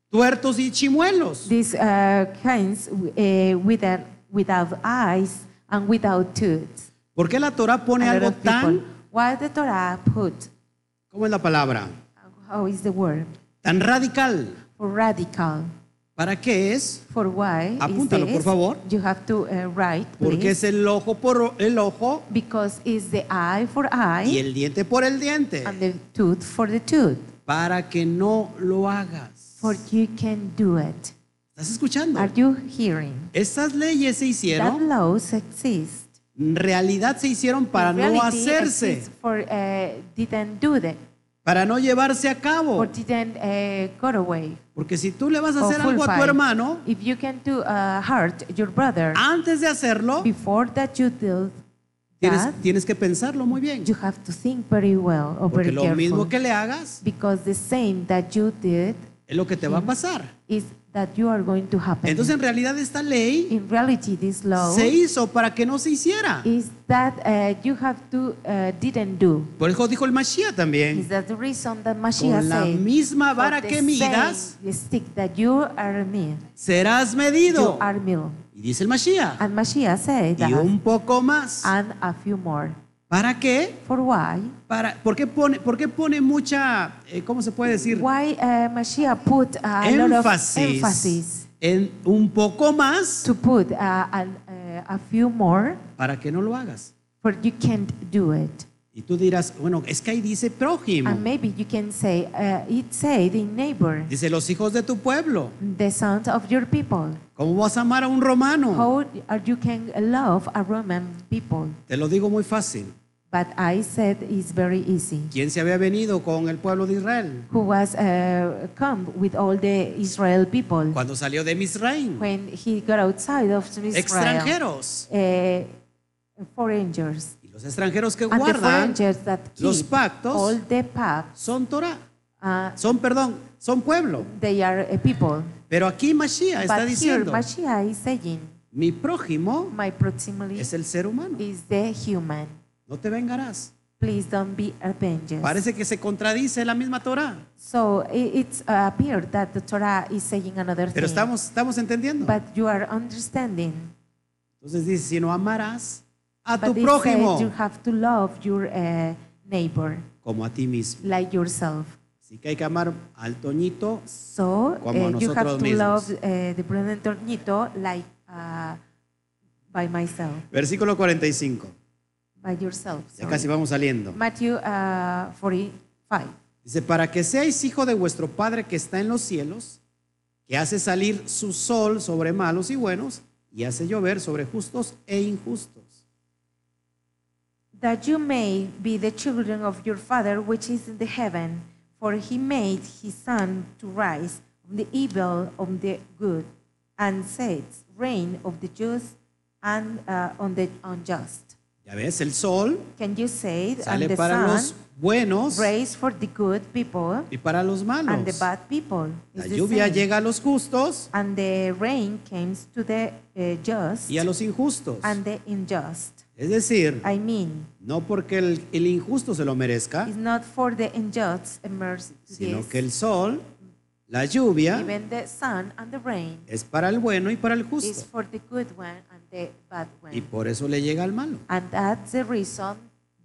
Speaker 1: tuertos y chimuelos.
Speaker 2: these uh, kinds uh, without without eyes and without teeth.
Speaker 1: ¿Por qué la Torah pone
Speaker 2: A lot
Speaker 1: algo
Speaker 2: of people.
Speaker 1: tan,
Speaker 2: Why the Torah put?
Speaker 1: cómo es la palabra?
Speaker 2: How is the word
Speaker 1: Tan radical
Speaker 2: for radical?
Speaker 1: ¿Para qué es?
Speaker 2: For why is
Speaker 1: Apúntalo, por
Speaker 2: this?
Speaker 1: favor.
Speaker 2: You have to uh, write,
Speaker 1: Porque
Speaker 2: please.
Speaker 1: es el ojo por el ojo
Speaker 2: Because it's the eye for
Speaker 1: y
Speaker 2: eye
Speaker 1: el diente por el diente.
Speaker 2: and the tooth for the tooth.
Speaker 1: Para que no lo hagas.
Speaker 2: For you can do it.
Speaker 1: ¿Estás escuchando?
Speaker 2: Are you hearing?
Speaker 1: Estas leyes se
Speaker 2: That
Speaker 1: hicieron,
Speaker 2: laws exist.
Speaker 1: en realidad se hicieron para
Speaker 2: In
Speaker 1: no
Speaker 2: reality,
Speaker 1: hacerse,
Speaker 2: exists For uh, didn't do that.
Speaker 1: para no llevarse a
Speaker 2: Or
Speaker 1: cabo.
Speaker 2: didn't uh, got away.
Speaker 1: Porque si tú le vas a
Speaker 2: or
Speaker 1: hacer algo a tu
Speaker 2: fulfill.
Speaker 1: hermano, Ah.
Speaker 2: If you can do uh, hurt your brother
Speaker 1: antes de hacerlo,
Speaker 2: before that you do that,
Speaker 1: tienes, tienes que pensarlo muy bien.
Speaker 2: you have to think very well or
Speaker 1: Porque
Speaker 2: very
Speaker 1: lo mismo
Speaker 2: careful.
Speaker 1: que le hagas
Speaker 2: Because the same that you did
Speaker 1: es lo que te va a pasar.
Speaker 2: is that you are going to happen.
Speaker 1: Entonces, en realidad, esta ley
Speaker 2: in reality, this law
Speaker 1: se hizo para que no se hiciera.
Speaker 2: is that uh, you have to uh, didn't do.
Speaker 1: Por eso dijo el Mashiach
Speaker 2: Is
Speaker 1: también.
Speaker 2: that the reason that Mashiach
Speaker 1: Con la
Speaker 2: said?
Speaker 1: misma vara
Speaker 2: "For
Speaker 1: que
Speaker 2: the
Speaker 1: midas,
Speaker 2: same stick that you are me,
Speaker 1: serás
Speaker 2: you
Speaker 1: medido.
Speaker 2: are meal.
Speaker 1: Y dice el Mashiach.
Speaker 2: And Mashiach said that,
Speaker 1: Y un poco más.
Speaker 2: and a few more.
Speaker 1: ¿Para qué?
Speaker 2: For why?
Speaker 1: Para, ¿por, qué pone, por qué pone mucha, eh, cómo se puede decir,
Speaker 2: Why uh, Mashiach put uh, a lot of
Speaker 1: énfasis,
Speaker 2: emphasis
Speaker 1: en un poco más
Speaker 2: to put uh, an, uh, a few more,
Speaker 1: para que no lo hagas?
Speaker 2: for you can't do it.
Speaker 1: Y tú dirás, bueno, es que ahí dice prójimo,
Speaker 2: And maybe you can say, uh, it say the neighbor,
Speaker 1: dice los hijos de tu pueblo.
Speaker 2: the son of your people.
Speaker 1: ¿Cómo vas a amar a un romano?
Speaker 2: How are you can love a Roman people?
Speaker 1: Te lo digo muy fácil.
Speaker 2: But I said it's very easy.
Speaker 1: ¿Quién se había venido con el pueblo de Israel
Speaker 2: Who was uh, come with all the Israel people
Speaker 1: cuando salió de Misraim?
Speaker 2: when he got outside of Israel?
Speaker 1: Extranjeros.
Speaker 2: Uh, foreigners.
Speaker 1: Y los extranjeros que
Speaker 2: And the
Speaker 1: guardan
Speaker 2: foreigners that keep
Speaker 1: los pactos-
Speaker 2: all the pact,
Speaker 1: son Torah,
Speaker 2: uh,
Speaker 1: son, perdón, son pueblo.
Speaker 2: they are a people.
Speaker 1: Pero aquí Mashiach está
Speaker 2: but here
Speaker 1: diciendo,
Speaker 2: Mashiach is saying,
Speaker 1: mi prójimo
Speaker 2: my proximity
Speaker 1: es el ser humano.
Speaker 2: is the human.
Speaker 1: No te vengarás.
Speaker 2: Please don't be avengers.
Speaker 1: Parece que se contradice la misma Torah.
Speaker 2: So it, it's uh, appeared that the Torah is saying another
Speaker 1: Pero
Speaker 2: thing.
Speaker 1: estamos, estamos entendiendo.
Speaker 2: But you are understanding.
Speaker 1: Entonces dice, si no amarás a tu
Speaker 2: but it says you
Speaker 1: prójimo
Speaker 2: have to love your uh, neighbor
Speaker 1: como a ti mismo.
Speaker 2: like yourself.
Speaker 1: Así que hay que amar al Toñito
Speaker 2: So uh,
Speaker 1: Como
Speaker 2: you have
Speaker 1: nosotros
Speaker 2: to
Speaker 1: mismos.
Speaker 2: love uh, the brother Tornito like uh, by myself,
Speaker 1: Versículo 45.
Speaker 2: by yourself.
Speaker 1: Ya
Speaker 2: sorry.
Speaker 1: casi vamos saliendo.
Speaker 2: Matthew uh, 45.
Speaker 1: Dice, para que seáis hijo de vuestro Padre que está en los cielos, que hace salir su sol sobre malos y buenos, y hace llover sobre justos e injustos.
Speaker 2: That you may be the children of your Father which is in the heaven, for he made his sun to rise on the evil of the good, and sets rain of the just and uh, on the unjust.
Speaker 1: Ya ves, el sol
Speaker 2: Can you say it? and
Speaker 1: sale
Speaker 2: the
Speaker 1: para los
Speaker 2: sun
Speaker 1: buenos
Speaker 2: rays for the good people
Speaker 1: y para los
Speaker 2: and the
Speaker 1: malos.
Speaker 2: bad people.
Speaker 1: La
Speaker 2: It's the
Speaker 1: lluvia
Speaker 2: same.
Speaker 1: llega a los justos
Speaker 2: And the rain comes to the uh, just
Speaker 1: y a los injustos.
Speaker 2: and the unjust.
Speaker 1: Es decir,
Speaker 2: I mean,
Speaker 1: no porque el, el injusto se lo merezca,
Speaker 2: it's not for the unjust a mercy to
Speaker 1: sino
Speaker 2: this.
Speaker 1: que el sol, la lluvia,
Speaker 2: Even the sun and the rain
Speaker 1: es para el bueno y para el
Speaker 2: is
Speaker 1: justo.
Speaker 2: for the good one and the bad
Speaker 1: Y
Speaker 2: one.
Speaker 1: por eso le llega al malo.
Speaker 2: And that's the reason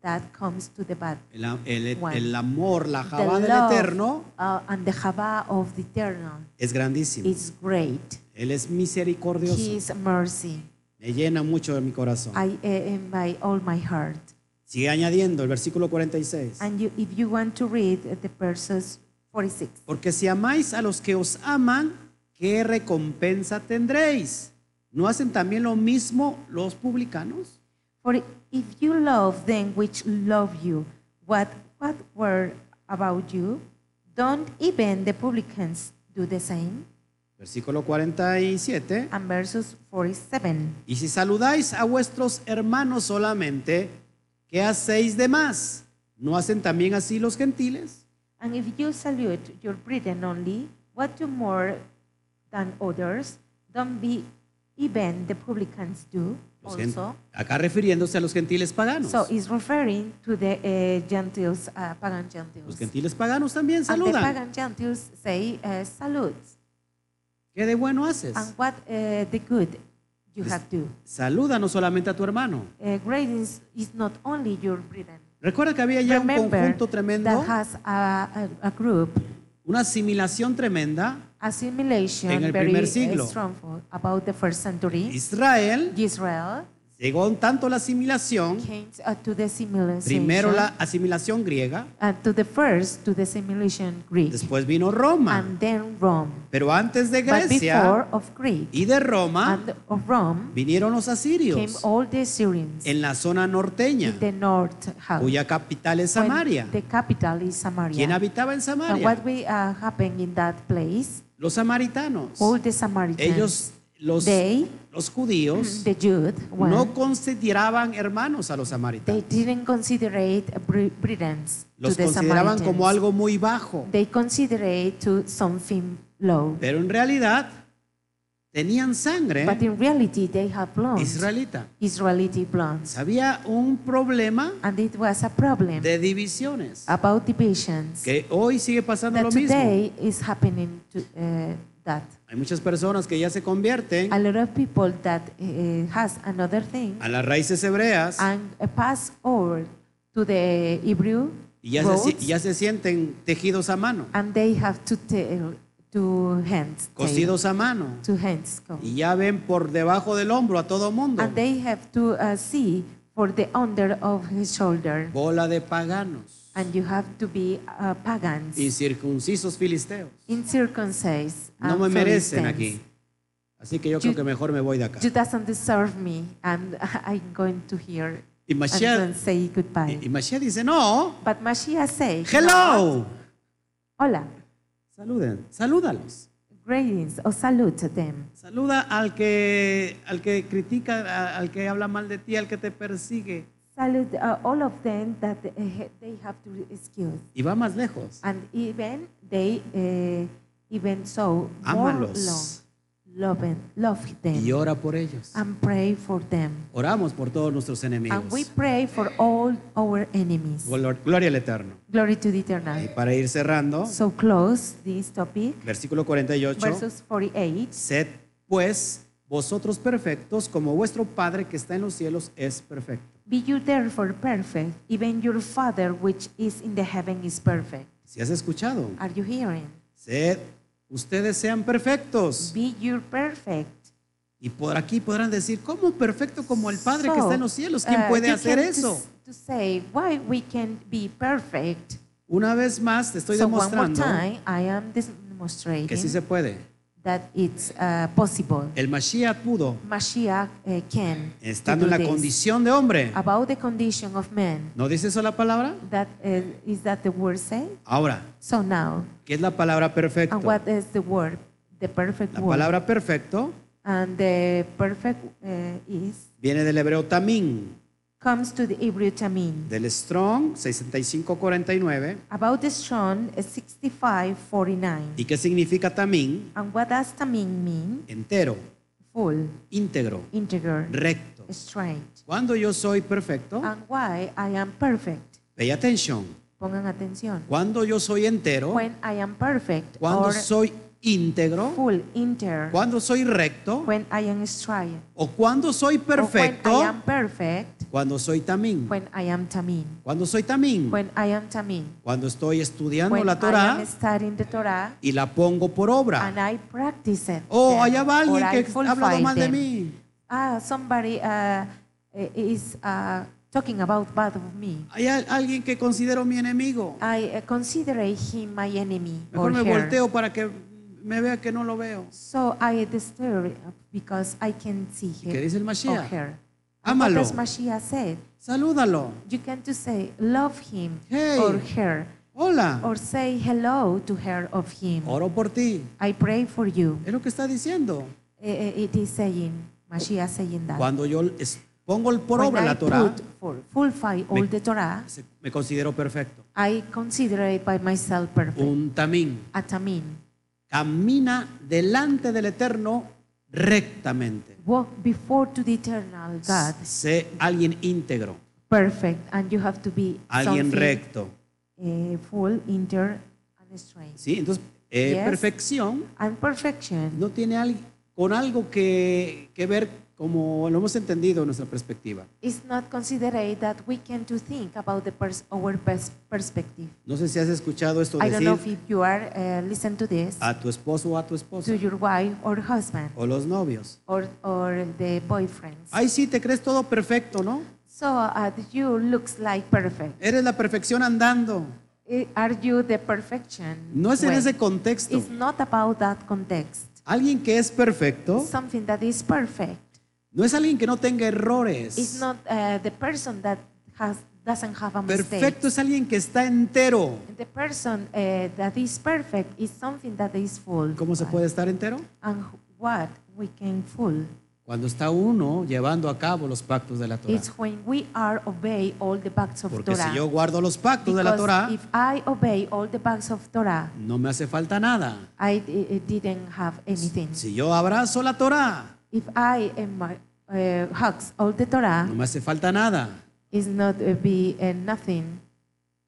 Speaker 2: that comes to the bad.
Speaker 1: El, a- el- e,
Speaker 2: One.
Speaker 1: el amor, la
Speaker 2: The
Speaker 1: jabá del
Speaker 2: love,
Speaker 1: Eterno
Speaker 2: uh, and the Java of the eternal
Speaker 1: es grandísimo.
Speaker 2: is great.
Speaker 1: Él es misericordioso.
Speaker 2: His mercy.
Speaker 1: Me llena mucho de mi corazón.
Speaker 2: I uh, in my all my heart.
Speaker 1: Sigue añadiendo el versículo 46.
Speaker 2: And you, if you want to read the verses 46,
Speaker 1: Porque si amáis a los que os aman, ¿qué recompensa tendréis? ¿No hacen también lo mismo los publicanos?
Speaker 2: for if you love them which love you, what what word about you? Don't even the publicans do the same?
Speaker 1: Versículo 47.
Speaker 2: And verses 47.
Speaker 1: Y si saludáis a vuestros hermanos solamente, ¿qué hacéis de más? ¿No hacen también así los gentiles?
Speaker 2: And if you salute your brethren only, what do more than others? Don't be even the publicans do
Speaker 1: Los gen-
Speaker 2: also.
Speaker 1: acá refiriéndose a los gentiles paganos.
Speaker 2: So it's referring to the uh, Gentiles, uh, pagan
Speaker 1: Los
Speaker 2: Gentiles.
Speaker 1: gentiles paganos también
Speaker 2: And the
Speaker 1: saludan.
Speaker 2: pagan Gentiles say uh, salutes.
Speaker 1: ¿Qué de bueno haces?
Speaker 2: And what uh, the good you
Speaker 1: This-
Speaker 2: have do.
Speaker 1: Saluda no solamente a tu hermano.
Speaker 2: Uh, greatness is not only your brethren.
Speaker 1: Recuerda que había ya un
Speaker 2: Remember
Speaker 1: conjunto tremendo
Speaker 2: that has a, a, a group
Speaker 1: una asimilación tremenda. En el
Speaker 2: Assimilation,
Speaker 1: primer
Speaker 2: very
Speaker 1: siglo.
Speaker 2: uh, strong about the first century.
Speaker 1: Israel
Speaker 2: Israel
Speaker 1: llegó un tanto a la asimilación,
Speaker 2: came uh, to the assimilation.
Speaker 1: primero la asimilación griega,
Speaker 2: uh, to the first, to the assimilation Greek,
Speaker 1: después vino Roma.
Speaker 2: and then Rome.
Speaker 1: Pero antes de
Speaker 2: But before
Speaker 1: Grecia
Speaker 2: of Greek
Speaker 1: y de Roma
Speaker 2: and of Rome
Speaker 1: vinieron los
Speaker 2: came
Speaker 1: asirios
Speaker 2: all the Syrians
Speaker 1: en la zona norteña,
Speaker 2: in the north half.
Speaker 1: cuya capital es
Speaker 2: when
Speaker 1: Samaria.
Speaker 2: The capital is Samaria.
Speaker 1: ¿Quién habitaba en
Speaker 2: And what
Speaker 1: Samaria?
Speaker 2: we uh, happened in that place?
Speaker 1: Los samaritanos.
Speaker 2: All the Samaritans,
Speaker 1: Ellos, los,
Speaker 2: they, Mm,
Speaker 1: los judíos,
Speaker 2: the Jude, one,
Speaker 1: no consideraban hermanos a los
Speaker 2: they
Speaker 1: samaritanos.
Speaker 2: didn't consider it Bri- Britons
Speaker 1: Los
Speaker 2: to the
Speaker 1: consideraban
Speaker 2: Samaritans.
Speaker 1: como algo muy bajo.
Speaker 2: They consider it to something low,
Speaker 1: Pero en realidad tenían sangre
Speaker 2: but in reality they have blonde,
Speaker 1: israelita.
Speaker 2: Israelite blondes,
Speaker 1: Había un problema
Speaker 2: and it was a problem
Speaker 1: de divisiones
Speaker 2: about divisions
Speaker 1: que hoy sigue pasando
Speaker 2: Ah. that
Speaker 1: lo mismo.
Speaker 2: today is happening to uh, that.
Speaker 1: Hay muchas personas que ya se convierten
Speaker 2: A lot of people that uh, has another thing
Speaker 1: a las raíces hebreas
Speaker 2: and uh, pass over to the Hebrew
Speaker 1: y ya se,
Speaker 2: roads,
Speaker 1: si- ya se sienten tejidos a mano,
Speaker 2: and they have to tell two hands, tell,
Speaker 1: cosidos a mano
Speaker 2: two hands go,
Speaker 1: y ya ven por debajo del hombro a todo mundo.
Speaker 2: and they have to uh, see for the under of his shoulder,
Speaker 1: Bola de paganos,
Speaker 2: and you have to be uh, pagans,
Speaker 1: incircuncisos filisteos.
Speaker 2: incircumcised,
Speaker 1: No
Speaker 2: and
Speaker 1: me merecen
Speaker 2: Philistines.
Speaker 1: aquí. Así que yo creo
Speaker 2: You-
Speaker 1: que mejor me voy de acá.
Speaker 2: You doesn't deserve me, and I'm going to hear
Speaker 1: Y
Speaker 2: and
Speaker 1: Mashiach
Speaker 2: then say goodbye.
Speaker 1: Y y Mashiach dice, no,
Speaker 2: but Mashiach said,
Speaker 1: hello.
Speaker 2: Hola,
Speaker 1: Saluden, salúdalos.
Speaker 2: greetings, or salute to them.
Speaker 1: Saluda al que, al que critica, a- al que habla mal de ti, al que te persigue.
Speaker 2: Salute uh, all of them that uh, they have to excuse.
Speaker 1: Y va más lejos.
Speaker 2: And even they, uh, even so, more
Speaker 1: Ámalos
Speaker 2: love, love, love them
Speaker 1: y ora por ellos.
Speaker 2: and pray for them.
Speaker 1: Oramos por todos nuestros enemigos.
Speaker 2: And we pray for all our enemies.
Speaker 1: Glor- Gloria al Eterno.
Speaker 2: Glory to the eternal.
Speaker 1: Y para ir cerrando,
Speaker 2: So close this topic.
Speaker 1: versículo 48.
Speaker 2: Verses 48.
Speaker 1: Sed pues vosotros perfectos como vuestro Padre que está en los cielos es perfecto.
Speaker 2: Be you therefore perfect, even your Father which is in the heaven is perfect.
Speaker 1: Si has escuchado,
Speaker 2: Are you hearing?
Speaker 1: sed, ustedes sean perfectos.
Speaker 2: Be you perfect.
Speaker 1: Y por aquí podrán decir, ¿cómo perfecto como el Padre que
Speaker 2: So,
Speaker 1: está en los cielos? ¿Quién
Speaker 2: uh,
Speaker 1: puede
Speaker 2: you
Speaker 1: hacer
Speaker 2: came to
Speaker 1: eso?
Speaker 2: s- To say why we can be perfect.
Speaker 1: Una vez más te estoy
Speaker 2: so one
Speaker 1: demostrando
Speaker 2: more time, I am demonstrating
Speaker 1: que sí se puede.
Speaker 2: that it's uh, possible.
Speaker 1: El Mashiach pudo,
Speaker 2: Mashiach uh, can to
Speaker 1: estando en
Speaker 2: do
Speaker 1: la
Speaker 2: this.
Speaker 1: condición de hombre.
Speaker 2: About the condition of man,
Speaker 1: ¿No dice eso la palabra?
Speaker 2: that uh, is that the word say?
Speaker 1: Ahora,
Speaker 2: So now,
Speaker 1: ¿qué es la palabra perfecto?
Speaker 2: and what is the word? The perfect
Speaker 1: La
Speaker 2: word.
Speaker 1: palabra perfecto
Speaker 2: And the perfect uh, is
Speaker 1: viene del hebreo tamín,
Speaker 2: comes to the Hebrew tamin.
Speaker 1: del Strong 6549.
Speaker 2: About the strong uh, 6549.
Speaker 1: ¿Y qué significa tamín?
Speaker 2: And what does tamin mean?
Speaker 1: Entero,
Speaker 2: Full,
Speaker 1: íntegro,
Speaker 2: integral,
Speaker 1: recto.
Speaker 2: straight.
Speaker 1: Cuando yo soy perfecto,
Speaker 2: And why I am perfect.
Speaker 1: pay atención.
Speaker 2: Pongan atención.
Speaker 1: Cuando yo soy entero,
Speaker 2: When I am perfect
Speaker 1: cuando
Speaker 2: or
Speaker 1: soy íntegro,
Speaker 2: full, inter.
Speaker 1: cuando soy recto,
Speaker 2: When I am straight.
Speaker 1: o cuando soy
Speaker 2: Or When I
Speaker 1: perfecto,
Speaker 2: am perfect.
Speaker 1: cuando soy tamín,
Speaker 2: When I am tamin.
Speaker 1: cuando soy tamín,
Speaker 2: When I am tamin.
Speaker 1: cuando estoy estudiando
Speaker 2: When
Speaker 1: la
Speaker 2: I am
Speaker 1: Torah
Speaker 2: studying the Torah.
Speaker 1: y la pongo por obra.
Speaker 2: And I practice it.
Speaker 1: Oh,
Speaker 2: them,
Speaker 1: allá va
Speaker 2: or
Speaker 1: alguien
Speaker 2: I
Speaker 1: que ha hablado
Speaker 2: fulfill
Speaker 1: mal de
Speaker 2: them.
Speaker 1: mí.
Speaker 2: Ah, somebody uh, is uh, talking about bad of me.
Speaker 1: Hay al- alguien que considero mi enemigo.
Speaker 2: I uh, consider him my enemy
Speaker 1: Mejor me
Speaker 2: or her.
Speaker 1: volteo para que me vea que no lo veo.
Speaker 2: So I disturb because I can see
Speaker 1: ¿Y qué
Speaker 2: him
Speaker 1: dice el
Speaker 2: or
Speaker 1: Mashiach?
Speaker 2: her. And what
Speaker 1: Ámalo.
Speaker 2: does Mashiach said?
Speaker 1: Salúdalo.
Speaker 2: You can just say love him
Speaker 1: Hey.
Speaker 2: or her
Speaker 1: Hola.
Speaker 2: or say hello to her of him.
Speaker 1: Oro por ti.
Speaker 2: I pray for you.
Speaker 1: Es lo que está diciendo.
Speaker 2: Eh, eh, It is saying, Mashiach saying that.
Speaker 1: Cuando yo es- pongo el por
Speaker 2: When
Speaker 1: obra
Speaker 2: I
Speaker 1: la Torah,
Speaker 2: put for fulfill all
Speaker 1: Me-
Speaker 2: the Torah,
Speaker 1: se- me considero perfecto.
Speaker 2: I consider it by myself perfect.
Speaker 1: Un tamín.
Speaker 2: Atamin.
Speaker 1: Camina delante del Eterno rectamente.
Speaker 2: Walk before to the eternal God,
Speaker 1: Sé alguien íntegro,
Speaker 2: perfect, and you have to be
Speaker 1: alguien
Speaker 2: something,
Speaker 1: recto.
Speaker 2: eh, full, inter, and straight.
Speaker 1: ¿sí? Entonces, eh,
Speaker 2: Yes.
Speaker 1: perfección
Speaker 2: And perfection
Speaker 1: no tiene al- con algo que, que ver como lo hemos entendido en nuestra perspectiva.
Speaker 2: It's not considerate that we can to think about the pers- our pers- perspective.
Speaker 1: No sé si has escuchado esto
Speaker 2: I don't know if
Speaker 1: decir
Speaker 2: you are uh, listen to this
Speaker 1: a tu esposo o a tu
Speaker 2: to
Speaker 1: esposa
Speaker 2: your wife or husband
Speaker 1: o los novios.
Speaker 2: or or the boyfriends.
Speaker 1: Ay, sí, te crees todo perfecto, ¿no?
Speaker 2: so uh, you looks like perfect.
Speaker 1: Eres la perfección andando.
Speaker 2: I- Are you the perfection?
Speaker 1: No es en
Speaker 2: way?
Speaker 1: ese contexto.
Speaker 2: It's not about that context.
Speaker 1: Alguien que es perfecto
Speaker 2: Something that is perfect.
Speaker 1: no es alguien que no tenga
Speaker 2: It's
Speaker 1: errores.
Speaker 2: not uh, the person that has doesn't have a mistake.
Speaker 1: Perfecto es alguien que está entero.
Speaker 2: The person uh, that is perfect is something that is full.
Speaker 1: ¿Cómo se puede estar entero?
Speaker 2: And what we can full.
Speaker 1: Cuando está uno llevando a cabo los pactos de la Torah.
Speaker 2: It's when we are obey all the pacts of
Speaker 1: Porque
Speaker 2: Torah.
Speaker 1: si yo guardo los pactos de la
Speaker 2: Because
Speaker 1: Torah,
Speaker 2: if I obey all the pacts of Torah,
Speaker 1: no me hace falta nada.
Speaker 2: I, d- eh, didn't have anything.
Speaker 1: Si yo abrazo la Torah,
Speaker 2: If I am my, uh, hugs all the Torah,
Speaker 1: no me hace falta nada.
Speaker 2: is not uh, be uh, nothing.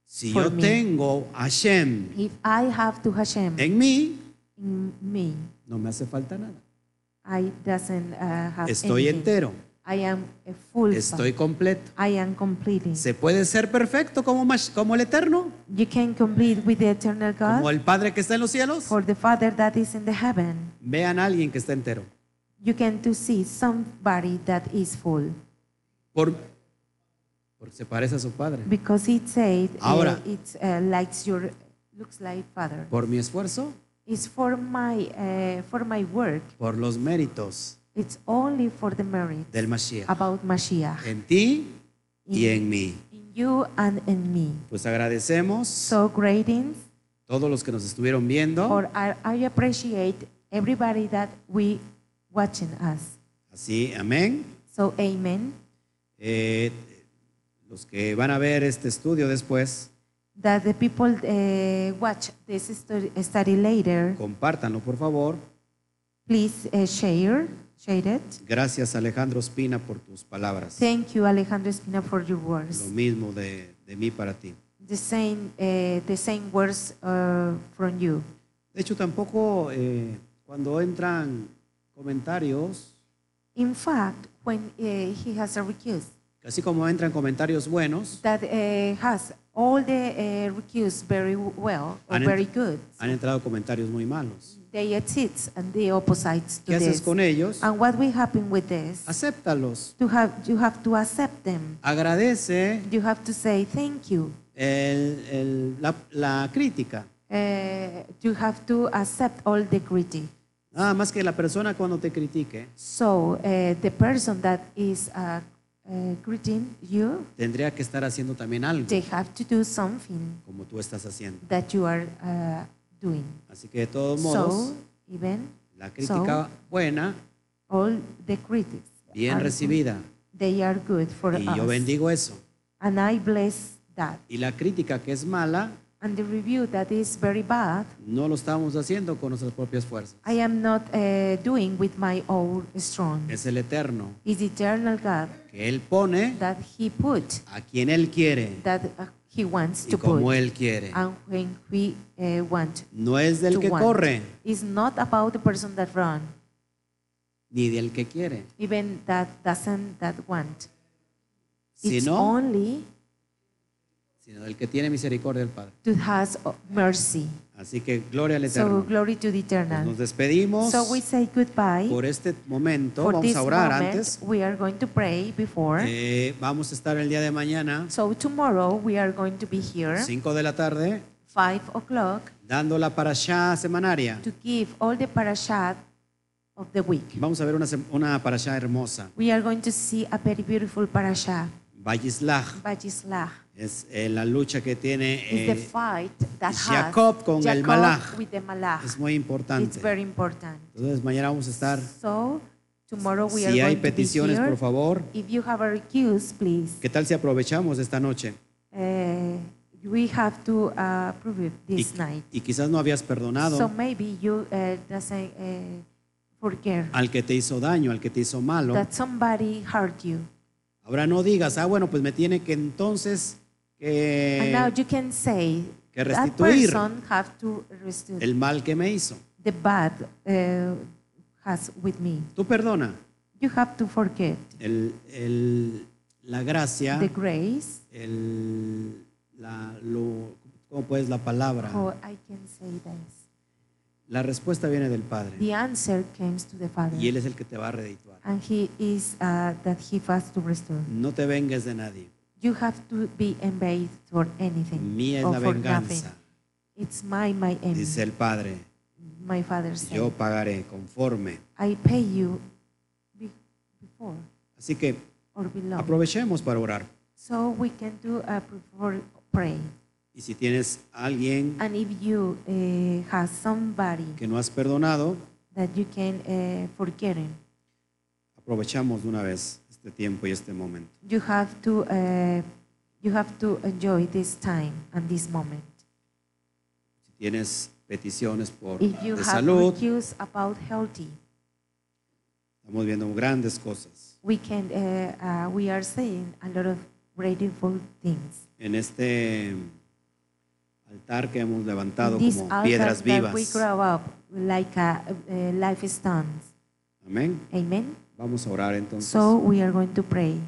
Speaker 1: Si
Speaker 2: For
Speaker 1: yo
Speaker 2: me.
Speaker 1: tengo a Hashem
Speaker 2: If I have to Hashem
Speaker 1: en mí,
Speaker 2: in me,
Speaker 1: no me hace falta nada.
Speaker 2: I doesn't uh, have
Speaker 1: Estoy
Speaker 2: anything.
Speaker 1: entero,
Speaker 2: I am a full.
Speaker 1: estoy completo.
Speaker 2: I am completing.
Speaker 1: ¿Se puede ser perfecto como, Mash- como el Eterno?
Speaker 2: You can complete with the eternal God
Speaker 1: ¿Como el Padre que está en los cielos?
Speaker 2: for the Father that is in the heaven.
Speaker 1: Vean a alguien que está entero.
Speaker 2: You can to see somebody that is full
Speaker 1: Por, porque se parece a su Padre.
Speaker 2: because it said uh,
Speaker 1: Ahora.
Speaker 2: it's uh, likes your looks like Father.
Speaker 1: Por mi esfuerzo,
Speaker 2: It's for my uh, for my work.
Speaker 1: por los méritos
Speaker 2: It's only for the merit
Speaker 1: del Mashiach.
Speaker 2: about Mashiach
Speaker 1: En ti y en mí.
Speaker 2: in you and in me.
Speaker 1: Pues agradecemos a
Speaker 2: So greetings,
Speaker 1: todos los que nos estuvieron viendo.
Speaker 2: or I, I appreciate everybody that we watching us.
Speaker 1: Así, amén.
Speaker 2: So amen.
Speaker 1: Eh, los que van a ver este estudio después,
Speaker 2: that the people uh, watch this stu- study later,
Speaker 1: compártanlo por favor.
Speaker 2: please uh, share, share it.
Speaker 1: Gracias Alejandro Espina por tus palabras.
Speaker 2: Thank you, Alejandro Espina, for your
Speaker 1: Lo
Speaker 2: words.
Speaker 1: mismo de, de mí para ti.
Speaker 2: The same, uh, the same words uh, from you.
Speaker 1: De hecho, tampoco eh, cuando entran comentarios,
Speaker 2: In fact, when uh, he has a request
Speaker 1: así como entran comentarios buenos,
Speaker 2: that uh, has all the uh, requests very w- well or
Speaker 1: Han ent-
Speaker 2: very good,
Speaker 1: han entrado comentarios muy malos.
Speaker 2: they exist and they opposites
Speaker 1: ¿Qué
Speaker 2: to
Speaker 1: haces
Speaker 2: this.
Speaker 1: con ellos?
Speaker 2: And what will happen with this?
Speaker 1: Acéptalos.
Speaker 2: To have, you have to accept them.
Speaker 1: Agradece
Speaker 2: You have to say thank you.
Speaker 1: el- el- la, la crítica.
Speaker 2: Uh, you have to accept all the critique.
Speaker 1: Nada más que la persona cuando te critique
Speaker 2: So uh, the person that is uh, uh, greeting you,
Speaker 1: tendría que estar haciendo también algo
Speaker 2: they have to do something
Speaker 1: como tú estás haciendo.
Speaker 2: that you are uh, doing.
Speaker 1: Así que de todos modos,
Speaker 2: So even
Speaker 1: la crítica buena,
Speaker 2: all the critics,
Speaker 1: bien
Speaker 2: are-
Speaker 1: recibida.
Speaker 2: they are good for
Speaker 1: Y yo
Speaker 2: us.
Speaker 1: bendigo eso.
Speaker 2: And I bless that.
Speaker 1: Y la crítica que es mala,
Speaker 2: And the review that is very bad,
Speaker 1: no lo estamos haciendo con nuestras propias fuerzas.
Speaker 2: I am not uh, doing with my own strong.
Speaker 1: Es el Eterno,
Speaker 2: Is eternal God
Speaker 1: que Él pone
Speaker 2: that He put,
Speaker 1: a quien Él quiere
Speaker 2: that uh, He wants
Speaker 1: y
Speaker 2: to put.
Speaker 1: como Él quiere.
Speaker 2: and when we uh, want
Speaker 1: No es del
Speaker 2: to
Speaker 1: que
Speaker 2: want.
Speaker 1: corre
Speaker 2: It's not about the person that run,
Speaker 1: ni del que quiere,
Speaker 2: even that doesn't that want. It's
Speaker 1: sino,
Speaker 2: only
Speaker 1: sino del que tiene misericordia del Padre.
Speaker 2: to has mercy.
Speaker 1: Así que gloria al
Speaker 2: So
Speaker 1: Eterno.
Speaker 2: glory to the
Speaker 1: Pues
Speaker 2: eternal.
Speaker 1: nos despedimos
Speaker 2: So we say goodbye.
Speaker 1: por este momento.
Speaker 2: For
Speaker 1: Vamos
Speaker 2: this
Speaker 1: a orar
Speaker 2: moment,
Speaker 1: antes.
Speaker 2: we are going to pray before.
Speaker 1: Eh, vamos a estar el día de mañana,
Speaker 2: so tomorrow we are going to be here,
Speaker 1: 5 de la tarde,
Speaker 2: five o'clock,
Speaker 1: dando la parashá semanaria.
Speaker 2: to give all the parashat of the week.
Speaker 1: Vamos a ver una, sem- una parashá hermosa.
Speaker 2: We are going to see a very beautiful parashat,
Speaker 1: Vallislaj.
Speaker 2: Vajislah.
Speaker 1: Es eh, la lucha que tiene
Speaker 2: is the
Speaker 1: eh,
Speaker 2: fight that has
Speaker 1: Jacob con el
Speaker 2: Jacob
Speaker 1: malaj.
Speaker 2: with the malach.
Speaker 1: Es muy
Speaker 2: It's
Speaker 1: importante.
Speaker 2: very important.
Speaker 1: Entonces mañana vamos a estar.
Speaker 2: So tomorrow we
Speaker 1: Si
Speaker 2: are
Speaker 1: hay
Speaker 2: going
Speaker 1: peticiones,
Speaker 2: to be here.
Speaker 1: por favor.
Speaker 2: If you have a request, please.
Speaker 1: ¿Qué tal si aprovechamos esta noche?
Speaker 2: Uh, we have to uh, prove it
Speaker 1: Y,
Speaker 2: this night.
Speaker 1: y quizás no habías perdonado
Speaker 2: So maybe you uh, doesn't uh, forget
Speaker 1: al que te hizo daño, al que te hizo malo.
Speaker 2: that somebody hurt you.
Speaker 1: Ahora no digas, ah, bueno, pues me tiene que entonces
Speaker 2: and now
Speaker 1: que
Speaker 2: you can say
Speaker 1: Eh, que
Speaker 2: that
Speaker 1: restituir
Speaker 2: person have to restitute
Speaker 1: el mal que me hizo.
Speaker 2: the bad uh, has with me.
Speaker 1: Tú perdona.
Speaker 2: You have to forget
Speaker 1: El- el- la gracia,
Speaker 2: the grace,
Speaker 1: el, la, lo, ¿cómo puedes la palabra?
Speaker 2: or I can say this.
Speaker 1: La respuesta viene del Padre
Speaker 2: The answer comes to the Father,
Speaker 1: y Él es el que te va a redituar.
Speaker 2: and He is uh, that He has to restore.
Speaker 1: No te vengues de nadie.
Speaker 2: You have to be embathed for anything
Speaker 1: Mía es
Speaker 2: or
Speaker 1: la
Speaker 2: for nothing.
Speaker 1: venganza,
Speaker 2: It's my my enemy.
Speaker 1: dice el Padre.
Speaker 2: my father said.
Speaker 1: Yo pagaré conforme.
Speaker 2: I pay you be- before
Speaker 1: Así que
Speaker 2: or below.
Speaker 1: aprovechemos para orar.
Speaker 2: so we can do a before pray.
Speaker 1: Y si tienes a alguien
Speaker 2: And if you uh, have somebody
Speaker 1: que no has perdonado,
Speaker 2: that you can uh, forget him,
Speaker 1: aprovechamos de una vez este tiempo y este momento.
Speaker 2: you have to uh, you have to enjoy this time and this moment.
Speaker 1: Si tienes peticiones por
Speaker 2: If you
Speaker 1: de
Speaker 2: have
Speaker 1: salud,
Speaker 2: issues about healthy,
Speaker 1: estamos viendo grandes cosas.
Speaker 2: we can uh, uh, we are saying a lot of grateful things.
Speaker 1: En este altar que hemos levantado
Speaker 2: This
Speaker 1: como
Speaker 2: altar
Speaker 1: piedras
Speaker 2: that we
Speaker 1: vivas.
Speaker 2: grow up like a, uh, life stones.
Speaker 1: Amén.
Speaker 2: Amen.
Speaker 1: Vamos a orar entonces.
Speaker 2: So we are going to pray.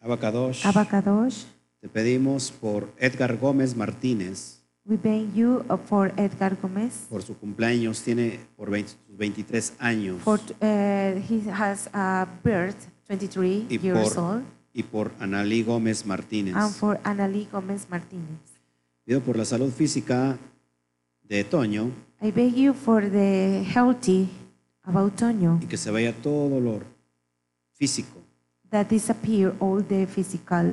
Speaker 1: Abacadosh,
Speaker 2: Abacadosh,
Speaker 1: te pedimos por Edgar Gómez Martínez,
Speaker 2: we thank you uh, for Edgar Gomez.
Speaker 1: por su cumpleaños, tiene por 20 sus 23 años,
Speaker 2: For uh, he has a birth, 23
Speaker 1: Y
Speaker 2: years
Speaker 1: por-
Speaker 2: old,
Speaker 1: y por Analí Gómez Martínez.
Speaker 2: and for Annalie Gomez Martinez.
Speaker 1: Pido por la salud física de Toño
Speaker 2: I beg you for the healthy about Toño
Speaker 1: y que se vaya todo dolor físico.
Speaker 2: that disappear all the physical uh,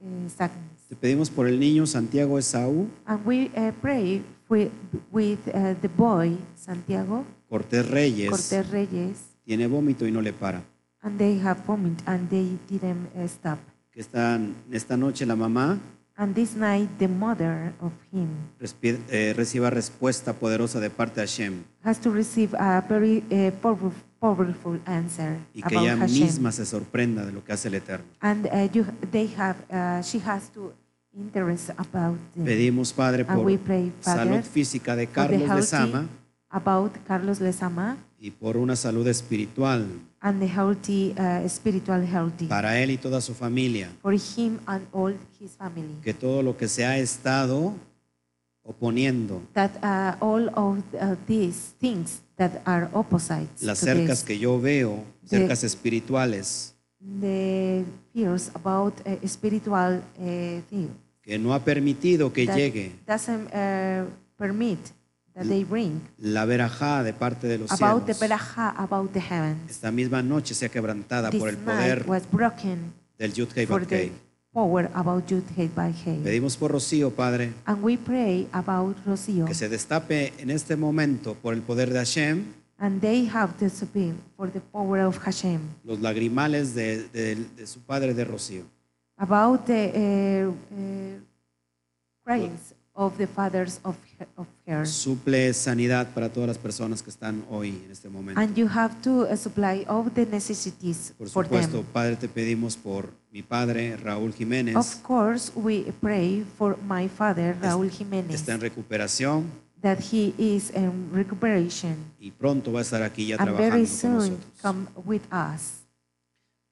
Speaker 2: uh, sickness.
Speaker 1: Te pedimos por el niño Santiago Esaú
Speaker 2: And we uh, pray with, with uh, the boy Santiago
Speaker 1: Cortés Reyes,
Speaker 2: Cortés Reyes,
Speaker 1: tiene vómito y no le para.
Speaker 2: and they have vomit and they didn't uh, stop.
Speaker 1: Que esta, esta noche la mamá
Speaker 2: And this night, the mother of him
Speaker 1: respi- eh, reciba respuesta poderosa de parte de Hashem
Speaker 2: has to receive a very uh, powerful, powerful answer
Speaker 1: y que
Speaker 2: about
Speaker 1: ella
Speaker 2: Hashem.
Speaker 1: misma se sorprenda de lo que hace el Eterno.
Speaker 2: And uh, you, they have, uh, she has to interest about the,
Speaker 1: Pedimos, Padre,
Speaker 2: And
Speaker 1: por
Speaker 2: we pray, Father,
Speaker 1: salud física de
Speaker 2: for the
Speaker 1: Carlos
Speaker 2: healthy
Speaker 1: Lezama
Speaker 2: about Carlos Lezama
Speaker 1: y por una salud espiritual
Speaker 2: and the healthy uh, spiritual healthy
Speaker 1: para él y toda su familia.
Speaker 2: for him and all his family.
Speaker 1: Que todo lo que se ha estado oponiendo,
Speaker 2: That uh, all of uh, these things that are opposites
Speaker 1: las
Speaker 2: to
Speaker 1: cercas
Speaker 2: this,
Speaker 1: que yo veo,
Speaker 2: The-
Speaker 1: cercas espirituales,
Speaker 2: the fears about uh, spiritual uh, things.
Speaker 1: que no ha permitido que
Speaker 2: that
Speaker 1: llegue
Speaker 2: doesn't uh, permit that they bring
Speaker 1: la verajá de parte de los
Speaker 2: about the
Speaker 1: cielos.
Speaker 2: Belaha, about the heavens.
Speaker 1: Esta misma noche sea quebrantada por el
Speaker 2: This night
Speaker 1: poder
Speaker 2: was broken
Speaker 1: del Yud Kei
Speaker 2: for
Speaker 1: Vav
Speaker 2: the
Speaker 1: Kei.
Speaker 2: power about Yud Hate by Hate.
Speaker 1: Pedimos por Rocío, Padre,
Speaker 2: And we pray about
Speaker 1: que
Speaker 2: Rocío,
Speaker 1: se destape en este momento por el poder de Hashem
Speaker 2: and they have the supreme for the power of Hashem.
Speaker 1: los lagrimales de, de- de su padre de Rocío.
Speaker 2: About the uh, uh, cries of the fathers of her, of her.
Speaker 1: Suple sanidad para todas las personas que están hoy en este momento.
Speaker 2: and you have to uh, supply all the necessities
Speaker 1: Por
Speaker 2: for
Speaker 1: supuesto,
Speaker 2: them.
Speaker 1: Padre, te pedimos por mi padre Raúl Jiménez,
Speaker 2: Of course, we pray for my father, Raúl
Speaker 1: que
Speaker 2: Jiménez,
Speaker 1: está en recuperación
Speaker 2: that he is in recuperation
Speaker 1: y pronto va a estar aquí ya
Speaker 2: and
Speaker 1: trabajando
Speaker 2: very
Speaker 1: con
Speaker 2: soon
Speaker 1: nosotros.
Speaker 2: come with us.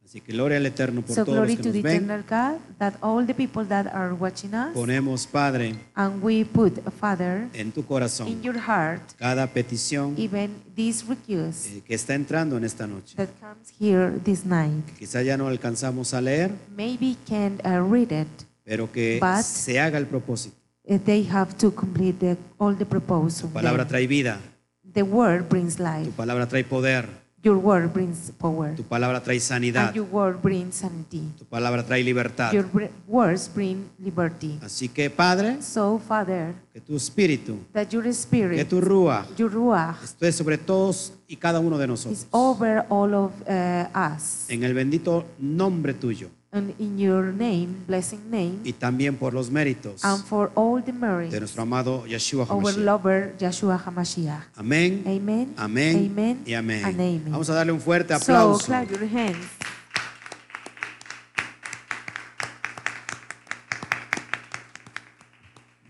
Speaker 1: Así que gloria al Eterno por
Speaker 2: So
Speaker 1: todos los
Speaker 2: glory
Speaker 1: que
Speaker 2: to the
Speaker 1: nos ven.
Speaker 2: eternal God that all the people that are watching us
Speaker 1: Ponemos, Padre,
Speaker 2: and we put Father
Speaker 1: en tu
Speaker 2: in
Speaker 1: corazón
Speaker 2: your heart,
Speaker 1: cada petición
Speaker 2: even this request
Speaker 1: eh, que está entrando en esta noche.
Speaker 2: that comes here this night.
Speaker 1: Quizá ya no alcanzamos a leer,
Speaker 2: Maybe can uh, read it.
Speaker 1: pero que
Speaker 2: But-
Speaker 1: se haga el propósito.
Speaker 2: Uh, They have to complete the, all the
Speaker 1: Tu
Speaker 2: proposals.
Speaker 1: palabra trae vida,
Speaker 2: The word brings life.
Speaker 1: tu palabra trae poder,
Speaker 2: Your word brings power.
Speaker 1: tu palabra trae sanidad,
Speaker 2: And your word brings sanity.
Speaker 1: tu palabra trae libertad.
Speaker 2: Your br- words bring liberty.
Speaker 1: Así que, Padre,
Speaker 2: So, Father,
Speaker 1: que tu espíritu,
Speaker 2: that your
Speaker 1: que
Speaker 2: spirit,
Speaker 1: tu rúa
Speaker 2: your Ruach,
Speaker 1: esté sobre todos y cada uno de
Speaker 2: is
Speaker 1: nosotros.
Speaker 2: over all of uh, us.
Speaker 1: En el bendito nombre tuyo
Speaker 2: And in your name, blessing name,
Speaker 1: y también por los méritos
Speaker 2: and for all the
Speaker 1: de
Speaker 2: merits,
Speaker 1: nuestro amado Yeshua
Speaker 2: our
Speaker 1: HaMashiach.
Speaker 2: lover, Yeshua HaMashiach.
Speaker 1: Amén.
Speaker 2: Amen.
Speaker 1: Amén.
Speaker 2: Amen.
Speaker 1: Y amén.
Speaker 2: And amen.
Speaker 1: Vamos a darle un fuerte
Speaker 2: So,
Speaker 1: aplauso.
Speaker 2: clap your hands.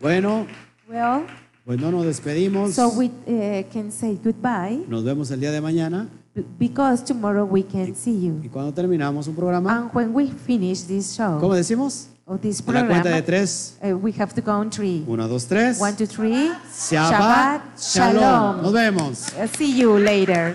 Speaker 1: Bueno,
Speaker 2: Well,
Speaker 1: Pues no nos despedimos.
Speaker 2: So we uh, can say goodbye
Speaker 1: Nos vemos el día de mañana.
Speaker 2: b- because tomorrow we can see
Speaker 1: Y
Speaker 2: you.
Speaker 1: cuando terminamos un programa,
Speaker 2: And when we finish this
Speaker 1: ¿cómo
Speaker 2: show
Speaker 1: decimos?
Speaker 2: or this
Speaker 1: A la cuenta de
Speaker 2: program,
Speaker 1: tres.
Speaker 2: uh, we have to go on three.
Speaker 1: Uno, dos, tres.
Speaker 2: One, two, three.
Speaker 1: Shabbat,
Speaker 2: Shabbat
Speaker 1: Shalom. Nos
Speaker 2: Shalom.
Speaker 1: vemos.
Speaker 2: Uh, See you later.